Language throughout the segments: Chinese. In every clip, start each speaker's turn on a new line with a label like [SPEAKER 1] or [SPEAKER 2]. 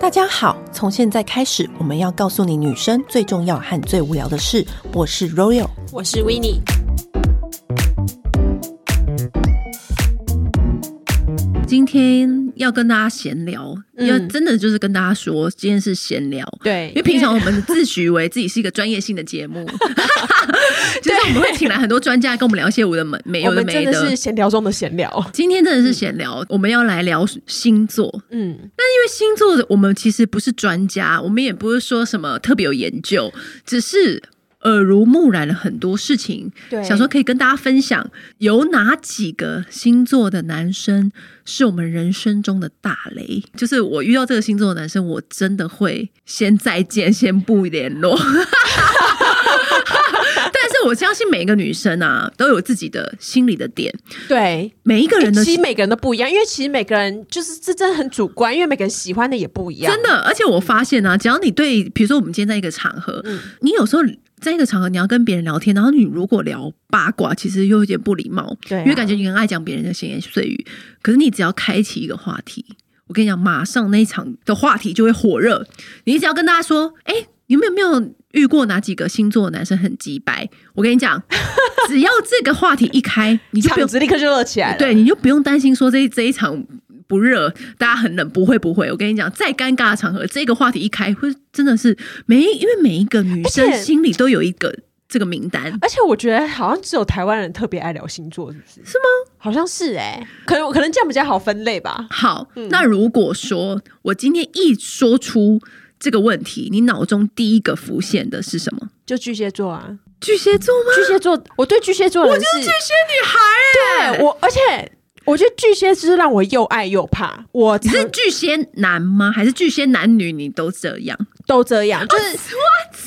[SPEAKER 1] 大家好，从现在开始，我们要告诉你女生最重要和最无聊的事。我是 Royal，
[SPEAKER 2] 我是 w i n n i e
[SPEAKER 1] 今天要跟大家闲聊，
[SPEAKER 2] 嗯
[SPEAKER 1] 要真的就是跟大家说，今天是闲聊。
[SPEAKER 2] 对
[SPEAKER 1] 因为平常我们自诩为自己是一个专业性的节目， 就是我们会请来很多专家跟我们聊一些我的没没
[SPEAKER 2] 我
[SPEAKER 1] 有的
[SPEAKER 2] 们
[SPEAKER 1] 没
[SPEAKER 2] 真的是闲聊中的闲聊。
[SPEAKER 1] 今天真的是闲聊，我们要来聊星座。因
[SPEAKER 2] 嗯，
[SPEAKER 1] 为星座的我们其实不是专家，我们也不是说什么特别有研究，只是耳濡目染了很多事情，
[SPEAKER 2] 对
[SPEAKER 1] 想说可以跟大家分享有哪几个星座的男生是我们人生中的大雷。就是我遇到这个星座的男生，我真的会先再见，先不联络。 但是我相信每一个女生啊，都有自己的心理的点，
[SPEAKER 2] 对，
[SPEAKER 1] 每一个人的
[SPEAKER 2] 其实每个人都不一样，因为其实每个人就是这真的很主观，因为每个人喜欢的也不一样。嗯
[SPEAKER 1] 真的，而且我发现啊，只要你对，比如说我们今天在一个场合，你有时候在一个场合你要跟别人聊天，然后你如果聊八卦，其实又有点不礼貌，
[SPEAKER 2] 对啊
[SPEAKER 1] 因为感觉你很爱讲别人的闲言碎语。可是你只要开启一个话题，我跟你讲，马上那一场的话题就会火热。你只要跟大家说，哎、你们有没有遇过哪几个星座的男生很鸡掰？我跟你讲，只要这个话题一开，你就不
[SPEAKER 2] 场
[SPEAKER 1] 用
[SPEAKER 2] 子立刻就热起来了。
[SPEAKER 1] 对，你就不用担心说这一这一场不热，大家很冷，不会不会。我跟你讲，再尴尬的场合，这个话题一开，会真的是每一因为每一个女生
[SPEAKER 2] 而且
[SPEAKER 1] 心里都有一个这个名单。
[SPEAKER 2] 而且我觉得好像只有台湾人特别爱聊星座，是不是？是吗？好像是哎、可能可能这样比较好分类吧。
[SPEAKER 1] 好，
[SPEAKER 2] 嗯
[SPEAKER 1] 那如果说我今天一说出这个问题，你脑中第一个浮现的是什么？
[SPEAKER 2] 就巨蟹座啊，
[SPEAKER 1] 巨蟹座吗？
[SPEAKER 2] 巨蟹座，我对巨蟹座的人是
[SPEAKER 1] 巨蟹女孩、
[SPEAKER 2] 对我，而且我觉得巨蟹就是让我又爱又怕，我
[SPEAKER 1] 你
[SPEAKER 2] 常
[SPEAKER 1] 是巨蟹男吗？还是巨蟹男女？你都这样？
[SPEAKER 2] 都这样，就是、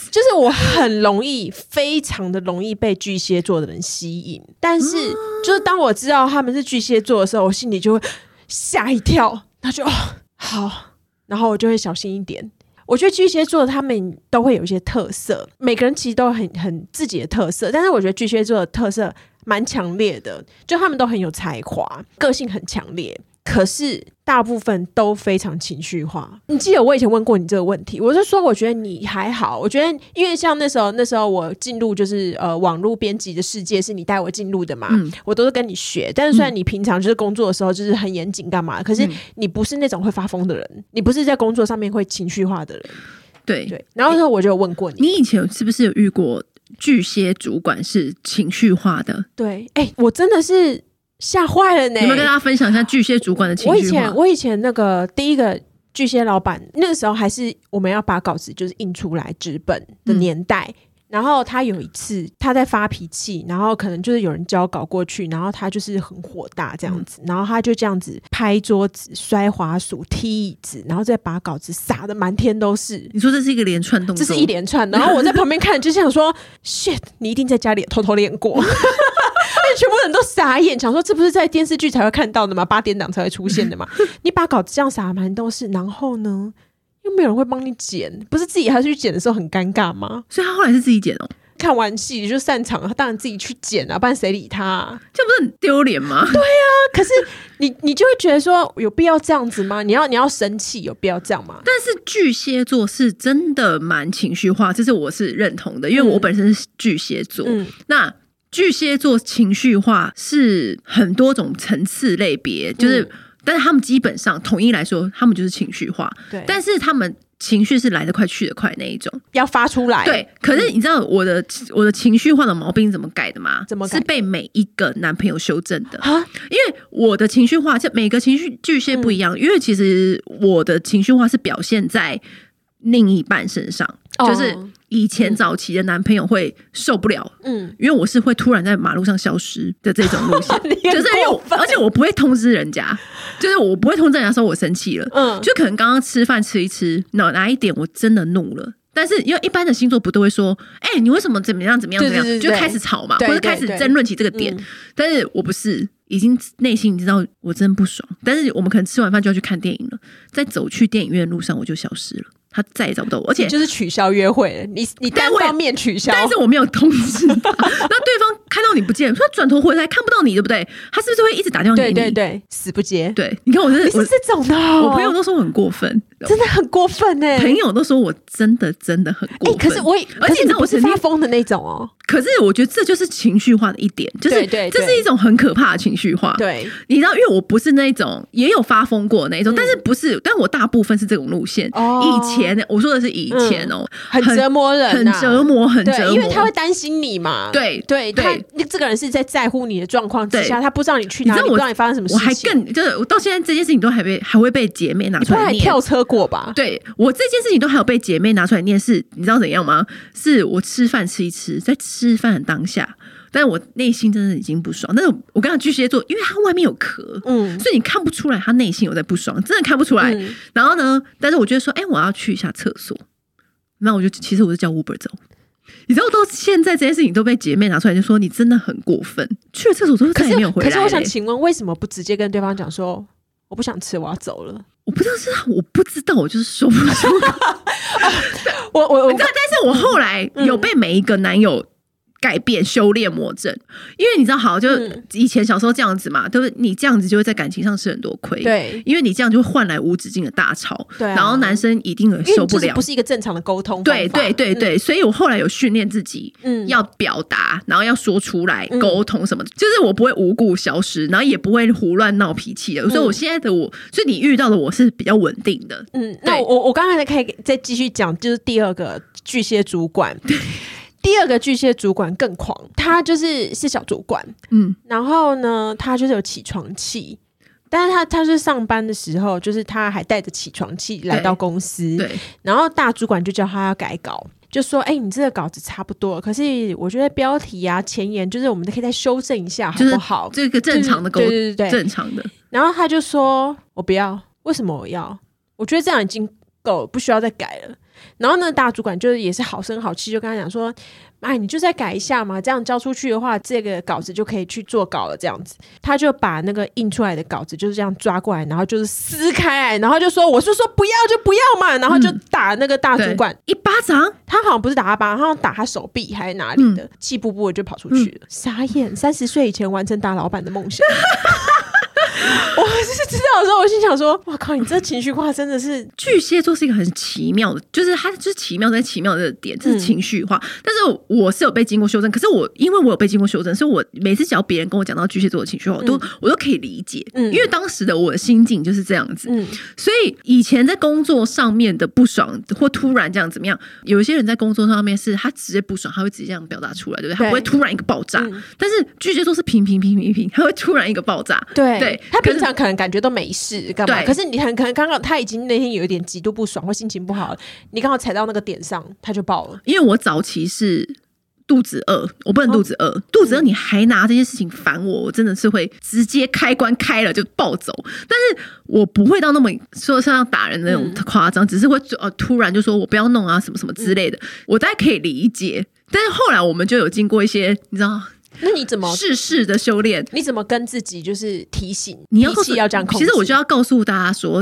[SPEAKER 2] 就是我很容易，非常的容易被巨蟹座的人吸引。但是，就是当我知道他们是巨蟹座的时候，我心里就会吓一跳，那就、哦、好，然后我就会小心一点。我觉得巨蟹座他们都会有一些特色，每个人其实都很很自己的特色，但是我觉得巨蟹座的特色蛮强烈的，就他们都很有才华，个性很强烈。可是大部分都非常情绪化。你记得我以前问过你这个问题，我是说我觉得你还好，我觉得因为像那时候那时候我进入就是呃网络编辑的世界是你带我进入的嘛，
[SPEAKER 1] 嗯
[SPEAKER 2] 我都是跟你学。但是虽然你平常就是工作的时候就是很严谨干
[SPEAKER 1] 嗯
[SPEAKER 2] 嘛，可是你不是那种会发疯的人，你不是在工作上面会情绪化的人。
[SPEAKER 1] 对，
[SPEAKER 2] 对，然后那时候我就有问过你，
[SPEAKER 1] 你以前是不是有遇过巨蟹主管是情绪化的？
[SPEAKER 2] 对，哎、我真的是吓坏了呢。
[SPEAKER 1] 你们跟大家分享一下巨蟹主管的情
[SPEAKER 2] 我以
[SPEAKER 1] 绪化
[SPEAKER 2] 前。我以前那个第一个巨蟹老板，那个时候还是我们要把稿子就是印出来纸本的
[SPEAKER 1] 嗯
[SPEAKER 2] 年代。然后他有一次他在发脾气，然后可能就是有人交稿过去，然后他就是很火大这
[SPEAKER 1] 嗯
[SPEAKER 2] 样子，然后他就这样子拍桌子、摔滑鼠、踢椅子，然后再把稿子撒的满天都是。
[SPEAKER 1] 你说这是一个连串动
[SPEAKER 2] 这
[SPEAKER 1] 作，
[SPEAKER 2] 是一连串，然后我在旁边看，就想 说 shit，你一定在家里偷偷练过。 而且全部人都傻眼，想说这不是在电视剧才会看到的吗？八点档才会出现的 吗？你把稿子这样撒满都是，然后呢，又没有人会帮你剪，不是自己还去剪的时候很尴尬吗？
[SPEAKER 1] 所以他后来是自己剪 哦，
[SPEAKER 2] 看完戏就散场，他当然自己去剪啊，不然谁理他、啊？
[SPEAKER 1] 这不是很丢脸吗？
[SPEAKER 2] 可是你你就会觉得说有必要这样子吗？你要你要生气，有必要这样吗？
[SPEAKER 1] 但是巨蟹座是真的蛮情绪化，这是我是认同的，因为我本身是巨蟹座。
[SPEAKER 2] 嗯，
[SPEAKER 1] 那巨蟹座情绪化是很多种层次类别，就是，
[SPEAKER 2] 嗯
[SPEAKER 1] 但是他们基本上统一来说，他们就是情绪化，
[SPEAKER 2] 嗯对，
[SPEAKER 1] 但是他们情绪是来得快去得快那一种。
[SPEAKER 2] 要发出来，
[SPEAKER 1] 对，可
[SPEAKER 2] 嗯
[SPEAKER 1] 是你知道我的我的情绪化的毛病怎么改的吗？
[SPEAKER 2] 怎么改
[SPEAKER 1] 是被每一个男朋友修正的。
[SPEAKER 2] 啊，
[SPEAKER 1] 因为我的情绪化，这每个情绪巨蟹不一
[SPEAKER 2] 嗯
[SPEAKER 1] 样，因为其实我的情绪化是表现在另一半身上，
[SPEAKER 2] 哦
[SPEAKER 1] 就是以前早期的男朋友会受不了。
[SPEAKER 2] 嗯，
[SPEAKER 1] 因为我是会突然在马路上消失的这种路线
[SPEAKER 2] ，你很
[SPEAKER 1] 就是因为我
[SPEAKER 2] 过分
[SPEAKER 1] 而且我不会通知人家，就是我不会通知人家说我生气了，
[SPEAKER 2] 嗯
[SPEAKER 1] 就可能刚刚吃饭吃一吃，哪哪一点我真的怒了。但是因为一般的星座不都会说，哎、你为什么怎么样怎么样
[SPEAKER 2] 对
[SPEAKER 1] 怎么样，
[SPEAKER 2] 对对
[SPEAKER 1] 就
[SPEAKER 2] 对
[SPEAKER 1] 开始吵嘛，
[SPEAKER 2] 对
[SPEAKER 1] 或者
[SPEAKER 2] 对
[SPEAKER 1] 开始
[SPEAKER 2] 对
[SPEAKER 1] 争论起这个点。
[SPEAKER 2] 嗯
[SPEAKER 1] 但是我不是，已经内心知道我真不爽。但是我们可能吃完饭就要去看电影了，在走去电影院的路上我就消失了，他再也找不到我，而且
[SPEAKER 2] 你就是取消约会了，你你
[SPEAKER 1] 但
[SPEAKER 2] 单
[SPEAKER 1] 我也
[SPEAKER 2] 方面取消，
[SPEAKER 1] 但是我没有通知 他，那对方看到你不见，他转头回来看不到你，对不对？他是不是会一直打电话给
[SPEAKER 2] 对
[SPEAKER 1] 你？
[SPEAKER 2] 对对，死不接，
[SPEAKER 1] 对你看我真
[SPEAKER 2] 你
[SPEAKER 1] 的
[SPEAKER 2] 是这种的哦、
[SPEAKER 1] 我我朋友都说我很过分，
[SPEAKER 2] 真的很过分哎、
[SPEAKER 1] 朋友都说我真的真的很过
[SPEAKER 2] 哎、
[SPEAKER 1] 分。
[SPEAKER 2] 可是我也，
[SPEAKER 1] 而
[SPEAKER 2] 可
[SPEAKER 1] 且
[SPEAKER 2] 是
[SPEAKER 1] 你知
[SPEAKER 2] 你
[SPEAKER 1] 道我
[SPEAKER 2] 不是
[SPEAKER 1] 曾经
[SPEAKER 2] 发疯的那种哦、
[SPEAKER 1] 可是我觉得这就是情绪化的一点，就是
[SPEAKER 2] 对对
[SPEAKER 1] 这
[SPEAKER 2] 对
[SPEAKER 1] 是一种很可怕的情绪化。
[SPEAKER 2] 对，
[SPEAKER 1] 你知道，因为我不是那种也有发疯过的那一种，但是不是，但我大部分是这种路线。
[SPEAKER 2] 嗯哦嗯
[SPEAKER 1] 以前我说的是以前哦，
[SPEAKER 2] 很折磨人、
[SPEAKER 1] 很
[SPEAKER 2] 啊，
[SPEAKER 1] 折磨，很折
[SPEAKER 2] 对，
[SPEAKER 1] 磨，
[SPEAKER 2] 因为他会担心你嘛。
[SPEAKER 1] 对
[SPEAKER 2] 对，
[SPEAKER 1] 对
[SPEAKER 2] 他那这个人是在在乎你的状况之下，
[SPEAKER 1] 对
[SPEAKER 2] 他不知道你去哪
[SPEAKER 1] 你知道
[SPEAKER 2] 里，不
[SPEAKER 1] 我
[SPEAKER 2] 知道你发生什么事
[SPEAKER 1] 我
[SPEAKER 2] 情。
[SPEAKER 1] 还更就是我到现在这件事情都还被还会被姐妹拿
[SPEAKER 2] 你
[SPEAKER 1] 出
[SPEAKER 2] 不
[SPEAKER 1] 来
[SPEAKER 2] 还
[SPEAKER 1] 念。啊
[SPEAKER 2] 跳车过吧？
[SPEAKER 1] 对我这件事情都还有被姐妹拿出来念，是你知道怎样吗？是我吃饭吃一吃，在吃饭的当下，但我内心真的已经不爽。但是我我刚讲巨蟹座，因为它外面有壳，
[SPEAKER 2] 嗯，
[SPEAKER 1] 所以你看不出来他内心有在不爽，真的看不出来。
[SPEAKER 2] 嗯
[SPEAKER 1] 然后呢，但是我觉得说，哎、我要去一下厕所，那我就其实我是叫 Uber 走。你知道，到现在这件事情都被姐妹拿出来，就说你真的很过分，去了厕所之后
[SPEAKER 2] 可
[SPEAKER 1] 再也
[SPEAKER 2] 是
[SPEAKER 1] 没有回来、
[SPEAKER 2] 可是我想
[SPEAKER 1] 欸
[SPEAKER 2] 请问，为什么不直接跟对方讲说我不想吃，我要走了？
[SPEAKER 1] 我不知道是我不知道，我就是说不出口。
[SPEAKER 2] 我我我
[SPEAKER 1] 但但是我后来
[SPEAKER 2] 嗯
[SPEAKER 1] 有被每一个男友改变、修炼、魔怔，因为你知道，好，就
[SPEAKER 2] 嗯
[SPEAKER 1] 以前小时候这样子嘛，都是你这样子就会在感情上吃很多亏，，
[SPEAKER 2] 对，
[SPEAKER 1] 因为你这样就会换来无止境的大吵，
[SPEAKER 2] 对啊
[SPEAKER 1] 然后男生一定很
[SPEAKER 2] 因为
[SPEAKER 1] 受
[SPEAKER 2] 你
[SPEAKER 1] 不
[SPEAKER 2] 就是
[SPEAKER 1] 了
[SPEAKER 2] 不。是一个正常的沟通方法
[SPEAKER 1] 对对对，对，所以我后来有训练自己，
[SPEAKER 2] 嗯
[SPEAKER 1] 要表达，然后要说出来，
[SPEAKER 2] 嗯
[SPEAKER 1] 沟通什么的，就是我不会无故消失，然后也不会胡乱闹脾气的。所以我现在的我，所以你遇到的我是比较稳定的，
[SPEAKER 2] 嗯，那
[SPEAKER 1] 对
[SPEAKER 2] 我我我刚才可以再继续讲，就是第二个巨蟹主管，第二个巨蟹主管更狂，他就是是小主管，
[SPEAKER 1] 嗯，
[SPEAKER 2] 然后呢，他就是有起床气，但是他他是上班的时候，就是他还带着起床气来到公司，
[SPEAKER 1] 对，
[SPEAKER 2] 然后大主管就叫他要改稿。就说，哎、你这个稿子差不多了，可是我觉得标题啊、前言，就是我们可以再修正一下，好
[SPEAKER 1] 就是
[SPEAKER 2] 不好？
[SPEAKER 1] 这个正常的沟
[SPEAKER 2] 对对对对。
[SPEAKER 1] 正常的，
[SPEAKER 2] 然后他就说：“我不要，为什么我要？我觉得这样已经够了，不需要再改了。”然后呢，大主管就是也是好声好气，就跟他讲说：“哎，你就再改一下嘛，这样交出去的话，这个稿子就可以去做稿了。”这样子，他就把那个印出来的稿子就是这样抓过来，然后就是撕开来，然后就说：“我是说不要就不要嘛。”然后就打那个大主管，
[SPEAKER 1] 一巴掌，
[SPEAKER 2] 他好像不是打他巴，他好像打他手臂还是哪里的，气不不的就跑出去了，嗯傻眼！三十岁以前完成大老板的梦想。 我是知道的时候，我心想说：“哇靠，你这情绪化真的是……
[SPEAKER 1] 巨蟹座是一个很奇妙的，就是它就是奇妙在奇妙的点，这是情绪化。
[SPEAKER 2] 嗯
[SPEAKER 1] 但是我是有被经过修正，可是我因为我有被经过修正，所以我每次只要别人跟我讲到巨蟹座的情绪化，我都、我都可以理解，
[SPEAKER 2] 嗯
[SPEAKER 1] 因为当时的我的心境就是这样子。
[SPEAKER 2] 嗯，
[SPEAKER 1] 所以以前在工作上面的不爽，或突然这样怎么样，有一些人在工作上面是他直接不爽，他会直接这样表达出来，对不对？他
[SPEAKER 2] 对
[SPEAKER 1] 不会突然一个爆炸。
[SPEAKER 2] 嗯
[SPEAKER 1] 但是巨蟹座是平平平平平，他会突然一个爆炸。
[SPEAKER 2] 对
[SPEAKER 1] 对
[SPEAKER 2] 他
[SPEAKER 1] 可是
[SPEAKER 2] 平常可能感觉都没事，干嘛？
[SPEAKER 1] 对
[SPEAKER 2] 可是你很可能刚刚他已经那天有一点极度不爽或心情不好了，你刚好踩到那个点上，他就爆了。
[SPEAKER 1] 因为我早期是肚子饿，我不能肚子饿，肚子饿你还拿这些事情烦我，我真的是会直接开关开了就暴走。但是我不会到那么说像要打人那种夸张，只是会呃突然就说我不要弄啊什么什么之类的，我大概可以理解。但是后来我们就有经过一些你知道
[SPEAKER 2] 那你怎么？
[SPEAKER 1] 世事的修炼，
[SPEAKER 2] 你怎么跟自己就是提醒？
[SPEAKER 1] 你要
[SPEAKER 2] 脾
[SPEAKER 1] 告
[SPEAKER 2] 气
[SPEAKER 1] 诉
[SPEAKER 2] 要这样控制。
[SPEAKER 1] 其实我就要告诉大家说，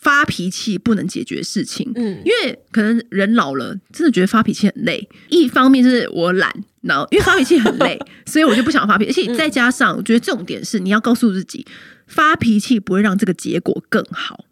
[SPEAKER 1] 发脾气不能解决事情。
[SPEAKER 2] 嗯
[SPEAKER 1] 因为可能人老了，真的觉得发脾气很累。一方面就是我懒，然后因为发脾气很 累，所以我就不想发脾气。而且再加上，我觉得重点是你要告诉自己，发脾气不会让这个结果更好。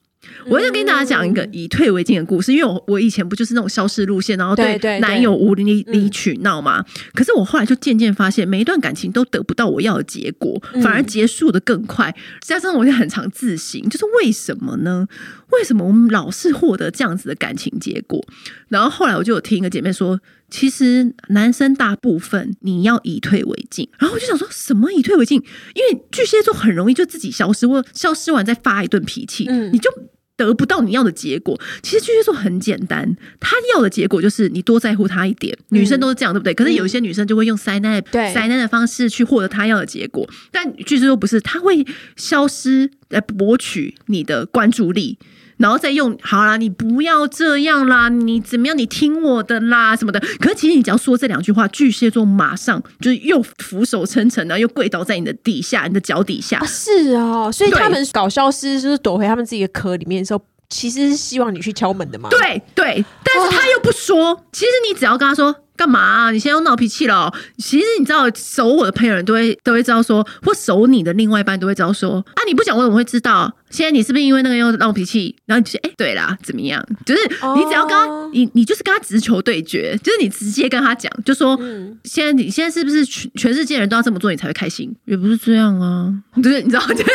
[SPEAKER 1] 我就跟大家讲一
[SPEAKER 2] 嗯
[SPEAKER 1] 个以退为进的故事，因为我我以前不就是那种消失路线，然后
[SPEAKER 2] 对对对
[SPEAKER 1] 男友无理
[SPEAKER 2] 嗯
[SPEAKER 1] 理取闹嘛。可是我后来就渐渐发现，每一段感情都得不到我要的结果，反
[SPEAKER 2] 嗯
[SPEAKER 1] 而结束的更快。加上我就很常自省，就是为什么呢？为什么我们老是获得这样子的感情结果？然后后来我就有听一个姐妹说，其实男生大部分你要以退为进。然后我就想说什么以退为进？因为巨蟹座很容易就自己消失，或消失完再发一顿脾气，
[SPEAKER 2] 嗯
[SPEAKER 1] 你就。得不到你要的结果，其实巨蟹座很简单，他要的结果就是你多在乎他一点。女生都是这样，对不对？可是有一些女生就会用塞奶、
[SPEAKER 2] 嗯对
[SPEAKER 1] 塞奶的方式去获得她要的结果，但巨蟹座不是，他会消失来博取你的关注力，然后再用好啦，你不要这样啦，你怎么样，你听我的啦什么的。可是其实你只要说这两句话，巨蟹座马上就是又俯首称臣，然后又跪倒在你的底下，你的脚底下
[SPEAKER 2] 啊，。是哦，所以
[SPEAKER 1] 对
[SPEAKER 2] 他们搞消失就是躲回他们自己的壳里面的时候，其实是希望你去敲门的嘛。，
[SPEAKER 1] 对对，但是他又不说。其实你只要跟他说。干嘛啊、你现在又闹脾气了哦、其实你知道，熟我的朋友人都会都会知道说，或熟你的另外一半都会知道说，啊，你不讲我怎么会知道？现在你是不是因为那个又闹脾气？然后你就哎、对啦，怎么样？就是
[SPEAKER 2] 哦
[SPEAKER 1] 你只要跟他，你你就是跟他直球对决，就是你直接跟他讲，就说、
[SPEAKER 2] 嗯
[SPEAKER 1] 现在你现在是不是全全世界人都要这么做，你才会开心？也不是这样啊，就是你知道， 就是就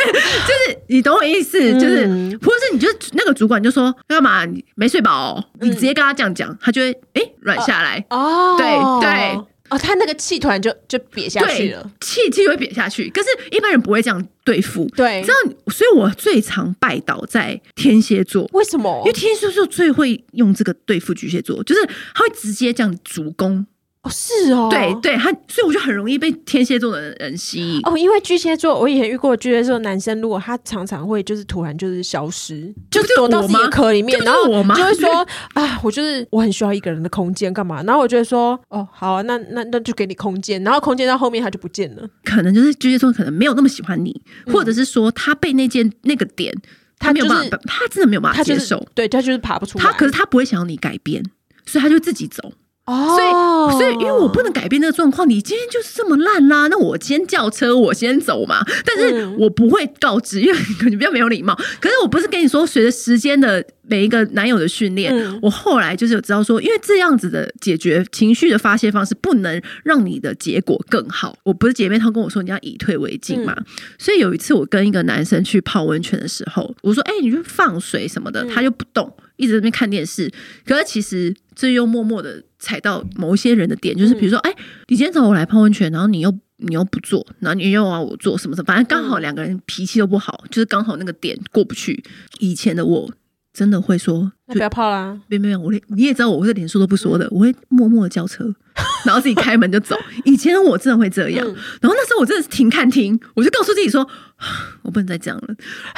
[SPEAKER 1] 是你懂我意思，就是、
[SPEAKER 2] 嗯
[SPEAKER 1] 或者是你就那个主管就说干嘛你没睡饱哦、你
[SPEAKER 2] 嗯
[SPEAKER 1] 直接跟他这样讲，他就会哎软、下来。
[SPEAKER 2] 哦，
[SPEAKER 1] 对对，
[SPEAKER 2] 哦，他那个气突然就就瘪啊下去
[SPEAKER 1] 对
[SPEAKER 2] 了，，
[SPEAKER 1] 气气会瘪下去，可是一般人不会这样对付。
[SPEAKER 2] 对
[SPEAKER 1] 你知，道，所以我最常拜倒在天蝎座，
[SPEAKER 2] 为什么
[SPEAKER 1] 因为？天蝎座最会用这个对付巨蟹座，就是他会直接这样主攻，
[SPEAKER 2] 哦，是哦，
[SPEAKER 1] 对对，他所以我就很容易被天蝎座的人吸引，
[SPEAKER 2] 哦，因为巨蟹座，我以前遇过巨蟹座的男生，如果他常常会就是突然就是消失，
[SPEAKER 1] 这
[SPEAKER 2] 就
[SPEAKER 1] 不就是
[SPEAKER 2] 躲到
[SPEAKER 1] 我
[SPEAKER 2] 自己的
[SPEAKER 1] 吗
[SPEAKER 2] 壳里面，
[SPEAKER 1] 这不
[SPEAKER 2] 然
[SPEAKER 1] 就是
[SPEAKER 2] 后
[SPEAKER 1] 我吗
[SPEAKER 2] 就会说啊，我就是我很需要一个人的空间，干嘛？然后我就会说哦，好啊、那那那就给你空间，然后空间到后面他就不见了，
[SPEAKER 1] 可能就是巨蟹座可能没有那么喜欢你，或者是说他被那件那个点，
[SPEAKER 2] 嗯他
[SPEAKER 1] 没有
[SPEAKER 2] 就是
[SPEAKER 1] 办法，他真的没有办法
[SPEAKER 2] 他就
[SPEAKER 1] 啊接
[SPEAKER 2] 是
[SPEAKER 1] 受，
[SPEAKER 2] 对他就是爬不出来，
[SPEAKER 1] 他可是他不会想要你改变，所以他就自己走。所以
[SPEAKER 2] 哦，，
[SPEAKER 1] 所以因为我不能改变那个状况，你今天就是这么烂啦，那我先叫车，我先走嘛。但是
[SPEAKER 2] 嗯
[SPEAKER 1] 我不会告知，因为 你比较没有礼貌。可是我不是跟你说，随着时间的每一个男友的训练，
[SPEAKER 2] 嗯
[SPEAKER 1] 我后来就是有知道说，因为这样子的解决情绪的发泄方式，不能让你的结果更好。我不是姐妹她跟我说你要以退为进嘛，所以有一次我跟一个男生去泡温泉的时候，我说：“哎、你去放水什么的。”他就不动，一直在那边看电视。可是其实这又默默的踩到某一些人的点，就是比如说，哎、你今天找我来泡温泉，然后你又你又不做，然后你又要我做什么什么，反正刚好两个人脾气都不好，就是刚好那个点过不去。以前的我真的会说，
[SPEAKER 2] 那
[SPEAKER 1] 就
[SPEAKER 2] 不要泡啦，
[SPEAKER 1] 没有没有，我连你也知道，我会连说都不说
[SPEAKER 2] 嗯
[SPEAKER 1] 的，我会默默的叫车，然后自己开门就走。以前我真的会这样，
[SPEAKER 2] 嗯
[SPEAKER 1] 然后那时候我真的是停看停，我就告诉自己说，啊我不能再这样了。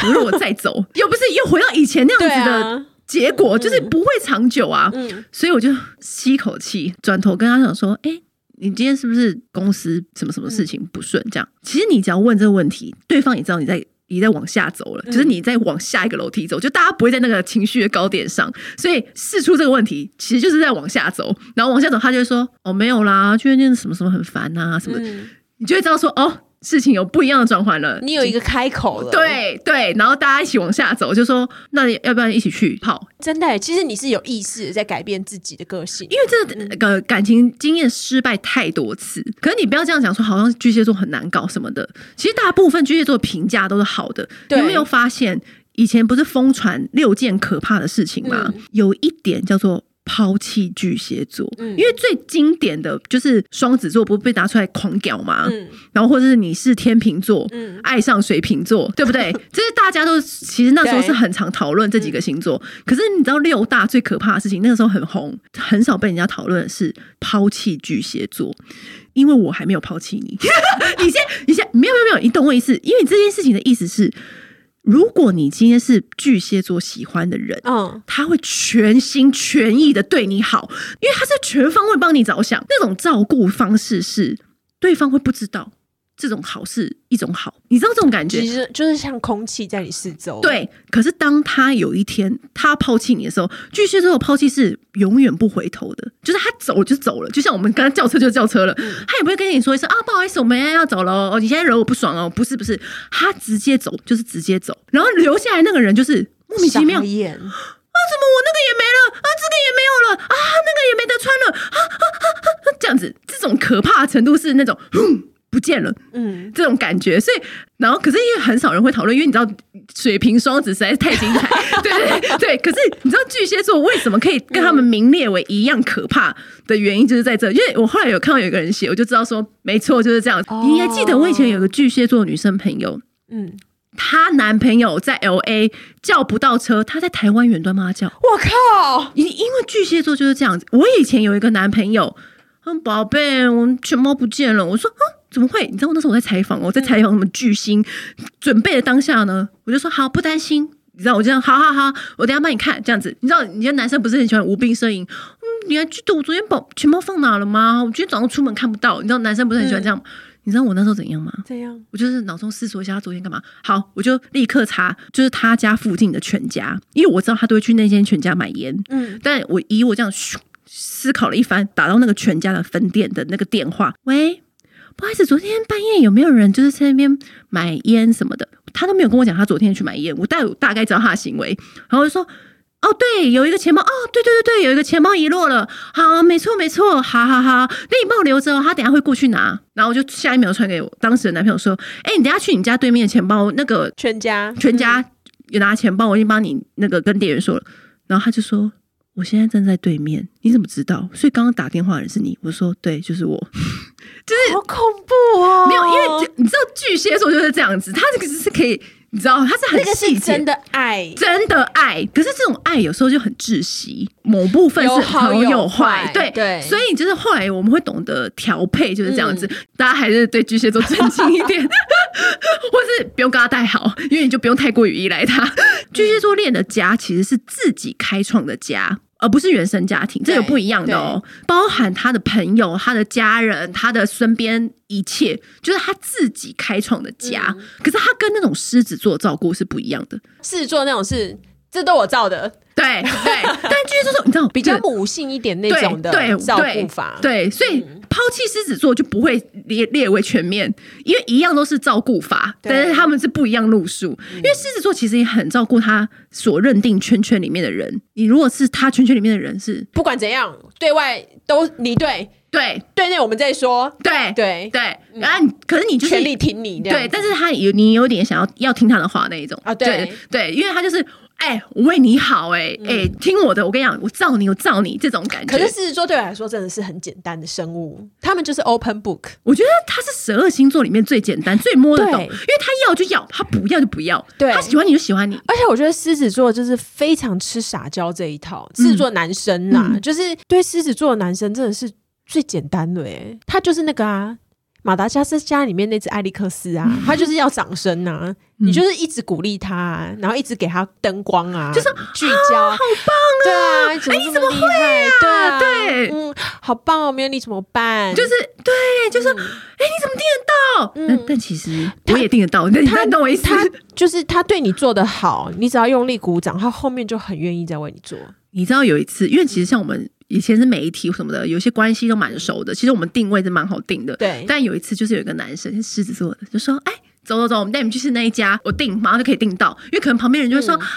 [SPEAKER 1] 我说我再走，又不是又回到以前那
[SPEAKER 2] 对
[SPEAKER 1] 样子的
[SPEAKER 2] 啊，
[SPEAKER 1] 结果，就是不会长久啊。
[SPEAKER 2] 嗯，
[SPEAKER 1] 所以我就吸一口气，转头跟他讲说：“哎、你今天是不是公司什么什么事情不顺？”这样，其实你只要问这个问题，对方也知道你在你在往下走了，就是你在往下一个楼梯走，就大家不会在那个情绪的高点上，所以试出这个问题，其实就是在往下走，然后往下走，他就会说：“哦，没有啦，就那件什么什么很烦啊，什么的。
[SPEAKER 2] 嗯
[SPEAKER 1] 你就会知道说：“哦，事情有不一样的转换了。”
[SPEAKER 2] 你有一个开口了，，
[SPEAKER 1] 对对，然后大家一起往下走，就说那要不要一起去泡？
[SPEAKER 2] 真的耶，其实你是有意识地在改变自己的个性
[SPEAKER 1] 因。为这
[SPEAKER 2] 嗯
[SPEAKER 1] 个呃感情经验失败太多次，可是你不要这样讲说，好像巨蟹座很难搞什么的。其实大部分巨蟹座的评价都是好的，你
[SPEAKER 2] 对
[SPEAKER 1] 有没有发现以前不是疯传六件可怕的事情吗？有一点叫做。抛弃巨蟹座，
[SPEAKER 2] 嗯
[SPEAKER 1] 因为最经典的就是双子座，不是被拿出来狂屌吗？
[SPEAKER 2] 嗯
[SPEAKER 1] 然后或者是你是天秤座，
[SPEAKER 2] 嗯
[SPEAKER 1] 爱上水瓶座，对不对？这是大家都其实那时候
[SPEAKER 2] 对
[SPEAKER 1] 是很常讨论这几个星座。可是你知道六大最可怕的事情，那个时候很红，很少被人家讨论的是抛弃巨蟹座，因为我还没有抛弃你。你先，你先，没有没有没有，你懂我意思？因为这件事情的意思是，如果你今天是巨蟹座喜欢的人，
[SPEAKER 2] 嗯，
[SPEAKER 1] 他会全心全意的对你好，因为他是全方位帮你着想。那种照顾方式是对方会不知道这种好是一种好，你知道这种感
[SPEAKER 2] 其
[SPEAKER 1] 觉？
[SPEAKER 2] 实就是像空气在你四周，
[SPEAKER 1] 对。可是当他有一天他抛弃你的时候，巨蟹座的抛弃是永远不回头的，就是他走了就走了，就像我们刚刚叫车就叫车了，
[SPEAKER 2] 嗯
[SPEAKER 1] 他也不会跟你说一声啊，不好意思，我们要走了哦，哦你现在惹我不爽哦，不是不是，他直接走就是直接走，然后留下来那个人就是莫名其妙
[SPEAKER 2] 傻，眼
[SPEAKER 1] 啊，怎么我那个也没了啊，这个也没有了啊，那个也没得穿了啊啊啊啊啊！这样子，这种可怕的程度是那种哼不见了
[SPEAKER 2] 嗯，
[SPEAKER 1] 这种感觉，所以然后可是因为很少人会讨论，因为你知道水瓶双子实在是太精彩， 对对对对。可是你知道巨蟹座为什么可以跟他们名列为一样可怕的原因，就是在这，因为我后来有看到有一个人写，我就知道说没错就是这样。
[SPEAKER 2] 哦
[SPEAKER 1] 你还记得我以前有个巨蟹座女生朋友，
[SPEAKER 2] 嗯，
[SPEAKER 1] 她男朋友在 L A 叫不到车，她在台湾远端帮她叫。
[SPEAKER 2] 我靠，
[SPEAKER 1] 因因为巨蟹座就是这样子。我以前有一个男朋友，嗯，宝贝，我们钱包不见了。我说啊，怎么会？你知道我那时候我在采访哦，我在采访什么巨星，准备的当下呢，我就说好，不担心。你知道我这样，好好好，我等一下帮你看这样子。你知道，你觉得男生不是很喜欢无病呻吟？嗯，你还记得我昨天宝钱包放哪了吗？我今天早上出门看不到。你知道男生不是很喜欢这样吗？你知道我那时候怎样吗？
[SPEAKER 2] 这样
[SPEAKER 1] 我就是脑中思索一下他昨天干嘛。好，我就立刻查，就是他家附近的全家，因为我知道他都会去那间全家买烟。
[SPEAKER 2] 嗯，
[SPEAKER 1] 但我以我这样咻思考了一番，打到那个全家的分店的那个电话，喂，不好意思，昨天半夜有没有人就是在那边买烟什么的？他都没有跟我讲他昨天去买烟雾，但我大概知道他的行为，然后我就说。哦，对，有一个钱包，哦，对对对对，有一个钱包遗落了，好，没错没错，好好好，那你帮我留着哦，他等一下会过去拿。然后我就下一秒传给我当时的男朋友说，哎，你等一下去你家对面的钱包那个
[SPEAKER 2] 全家
[SPEAKER 1] 全家有拿钱包，我已经帮你那个跟店员说了，然后他就说。我现在站在对面，你怎么知道？所以刚刚打电话的人是你。我说对，就是我，就是
[SPEAKER 2] 好恐怖哦！
[SPEAKER 1] 没有，因为这你知道巨蟹座就是这样子，他这个是可以，你知道他是
[SPEAKER 2] 那
[SPEAKER 1] 很
[SPEAKER 2] 个
[SPEAKER 1] 细
[SPEAKER 2] 是
[SPEAKER 1] 节
[SPEAKER 2] 真的爱，
[SPEAKER 1] 真的爱，可是这种爱有时候就很窒息，某部分是
[SPEAKER 2] 有好
[SPEAKER 1] 好
[SPEAKER 2] 有
[SPEAKER 1] 有坏
[SPEAKER 2] 坏，
[SPEAKER 1] 对
[SPEAKER 2] 对嗯
[SPEAKER 1] 所以就是后来我们会懂得调配，就是这样子。大家还是对巨蟹座尊敬一 点，或是不用跟他带好，因为你就不用太过于依赖他。
[SPEAKER 2] 嗯
[SPEAKER 1] 巨蟹座恋的家其实是自己开创的家。而不是原生家庭，这有
[SPEAKER 2] 对
[SPEAKER 1] 不一样的哦，包含他的朋友、他的家人、他的身边一切，就是他自己开创的家。可是他跟那种狮子座照顾是不一样的，
[SPEAKER 2] 狮子座那种是这都我造的，
[SPEAKER 1] 对对，但巨蟹座你知道
[SPEAKER 2] 比较
[SPEAKER 1] 对
[SPEAKER 2] 母性一点那
[SPEAKER 1] 对
[SPEAKER 2] 种的
[SPEAKER 1] 对
[SPEAKER 2] 照
[SPEAKER 1] 对
[SPEAKER 2] 顾法，
[SPEAKER 1] 对，所以抛弃狮子座就不会列列为全面，因为一样都是照顾法，
[SPEAKER 2] 对嗯
[SPEAKER 1] 但是他们是不一样路数。因为狮子座其实也很照顾他所认定圈圈里面的人，你如果是他圈圈里面的人是，
[SPEAKER 2] 不管怎样，对外都你对，
[SPEAKER 1] 对
[SPEAKER 2] 对内我们再说，
[SPEAKER 1] 对
[SPEAKER 2] 对，嗯
[SPEAKER 1] 对，然后你可是你就是
[SPEAKER 2] 全力挺你这样
[SPEAKER 1] 对，但是他有你有点想要要听他的话那一种
[SPEAKER 2] 啊对嗯
[SPEAKER 1] 对对，因为他就是。哎、我为你好、哎、哎、听我的，我跟你讲，我造你，我造你，这种感觉。
[SPEAKER 2] 可是狮子座对我来说真的是很简单的生物，他们就是 open book，
[SPEAKER 1] 我觉得他是十二星座里面最简单、最摸得懂，
[SPEAKER 2] 对
[SPEAKER 1] 因为他要就要，他不要就不要，
[SPEAKER 2] 对
[SPEAKER 1] 他喜欢你就喜欢你。
[SPEAKER 2] 而且我觉得狮子座就是非常吃撒娇这一套，狮子座男生啦，
[SPEAKER 1] 嗯
[SPEAKER 2] 就是对狮子座的男生真的是最简单的耶，他就是那个啊。马达加斯加里面那只艾利克斯啊，他就是要掌声啊，你就是一直鼓励他、啊，然后一直给他灯光啊，
[SPEAKER 1] 就是
[SPEAKER 2] 聚焦，好棒啊！ 对啊，
[SPEAKER 1] 哎你
[SPEAKER 2] 你怎
[SPEAKER 1] 怎
[SPEAKER 2] 么
[SPEAKER 1] 么
[SPEAKER 2] 这么厉害？对啊，
[SPEAKER 1] 对
[SPEAKER 2] 嗯，好棒哦，没有你怎么办？
[SPEAKER 1] 就是对，就是哎、
[SPEAKER 2] 嗯
[SPEAKER 1] 你怎么订得到？但但其实我也订得到，但但懂我意思？
[SPEAKER 2] 他 就是他对你做的好，你只要用力鼓掌，他后面就很愿意再为你做。
[SPEAKER 1] 你知道有一次，因为其实像我们以前是媒体什么的，有些关系都蛮熟的，其实我们定位是蛮好定的。
[SPEAKER 2] 对
[SPEAKER 1] 但有一次就是有一个男生是狮子座的，就说：“哎，走走走，我们带你们去吃那一家，我订，马上就可以订到。”因为可能旁边人就会
[SPEAKER 2] 嗯
[SPEAKER 1] 说：“啊，那个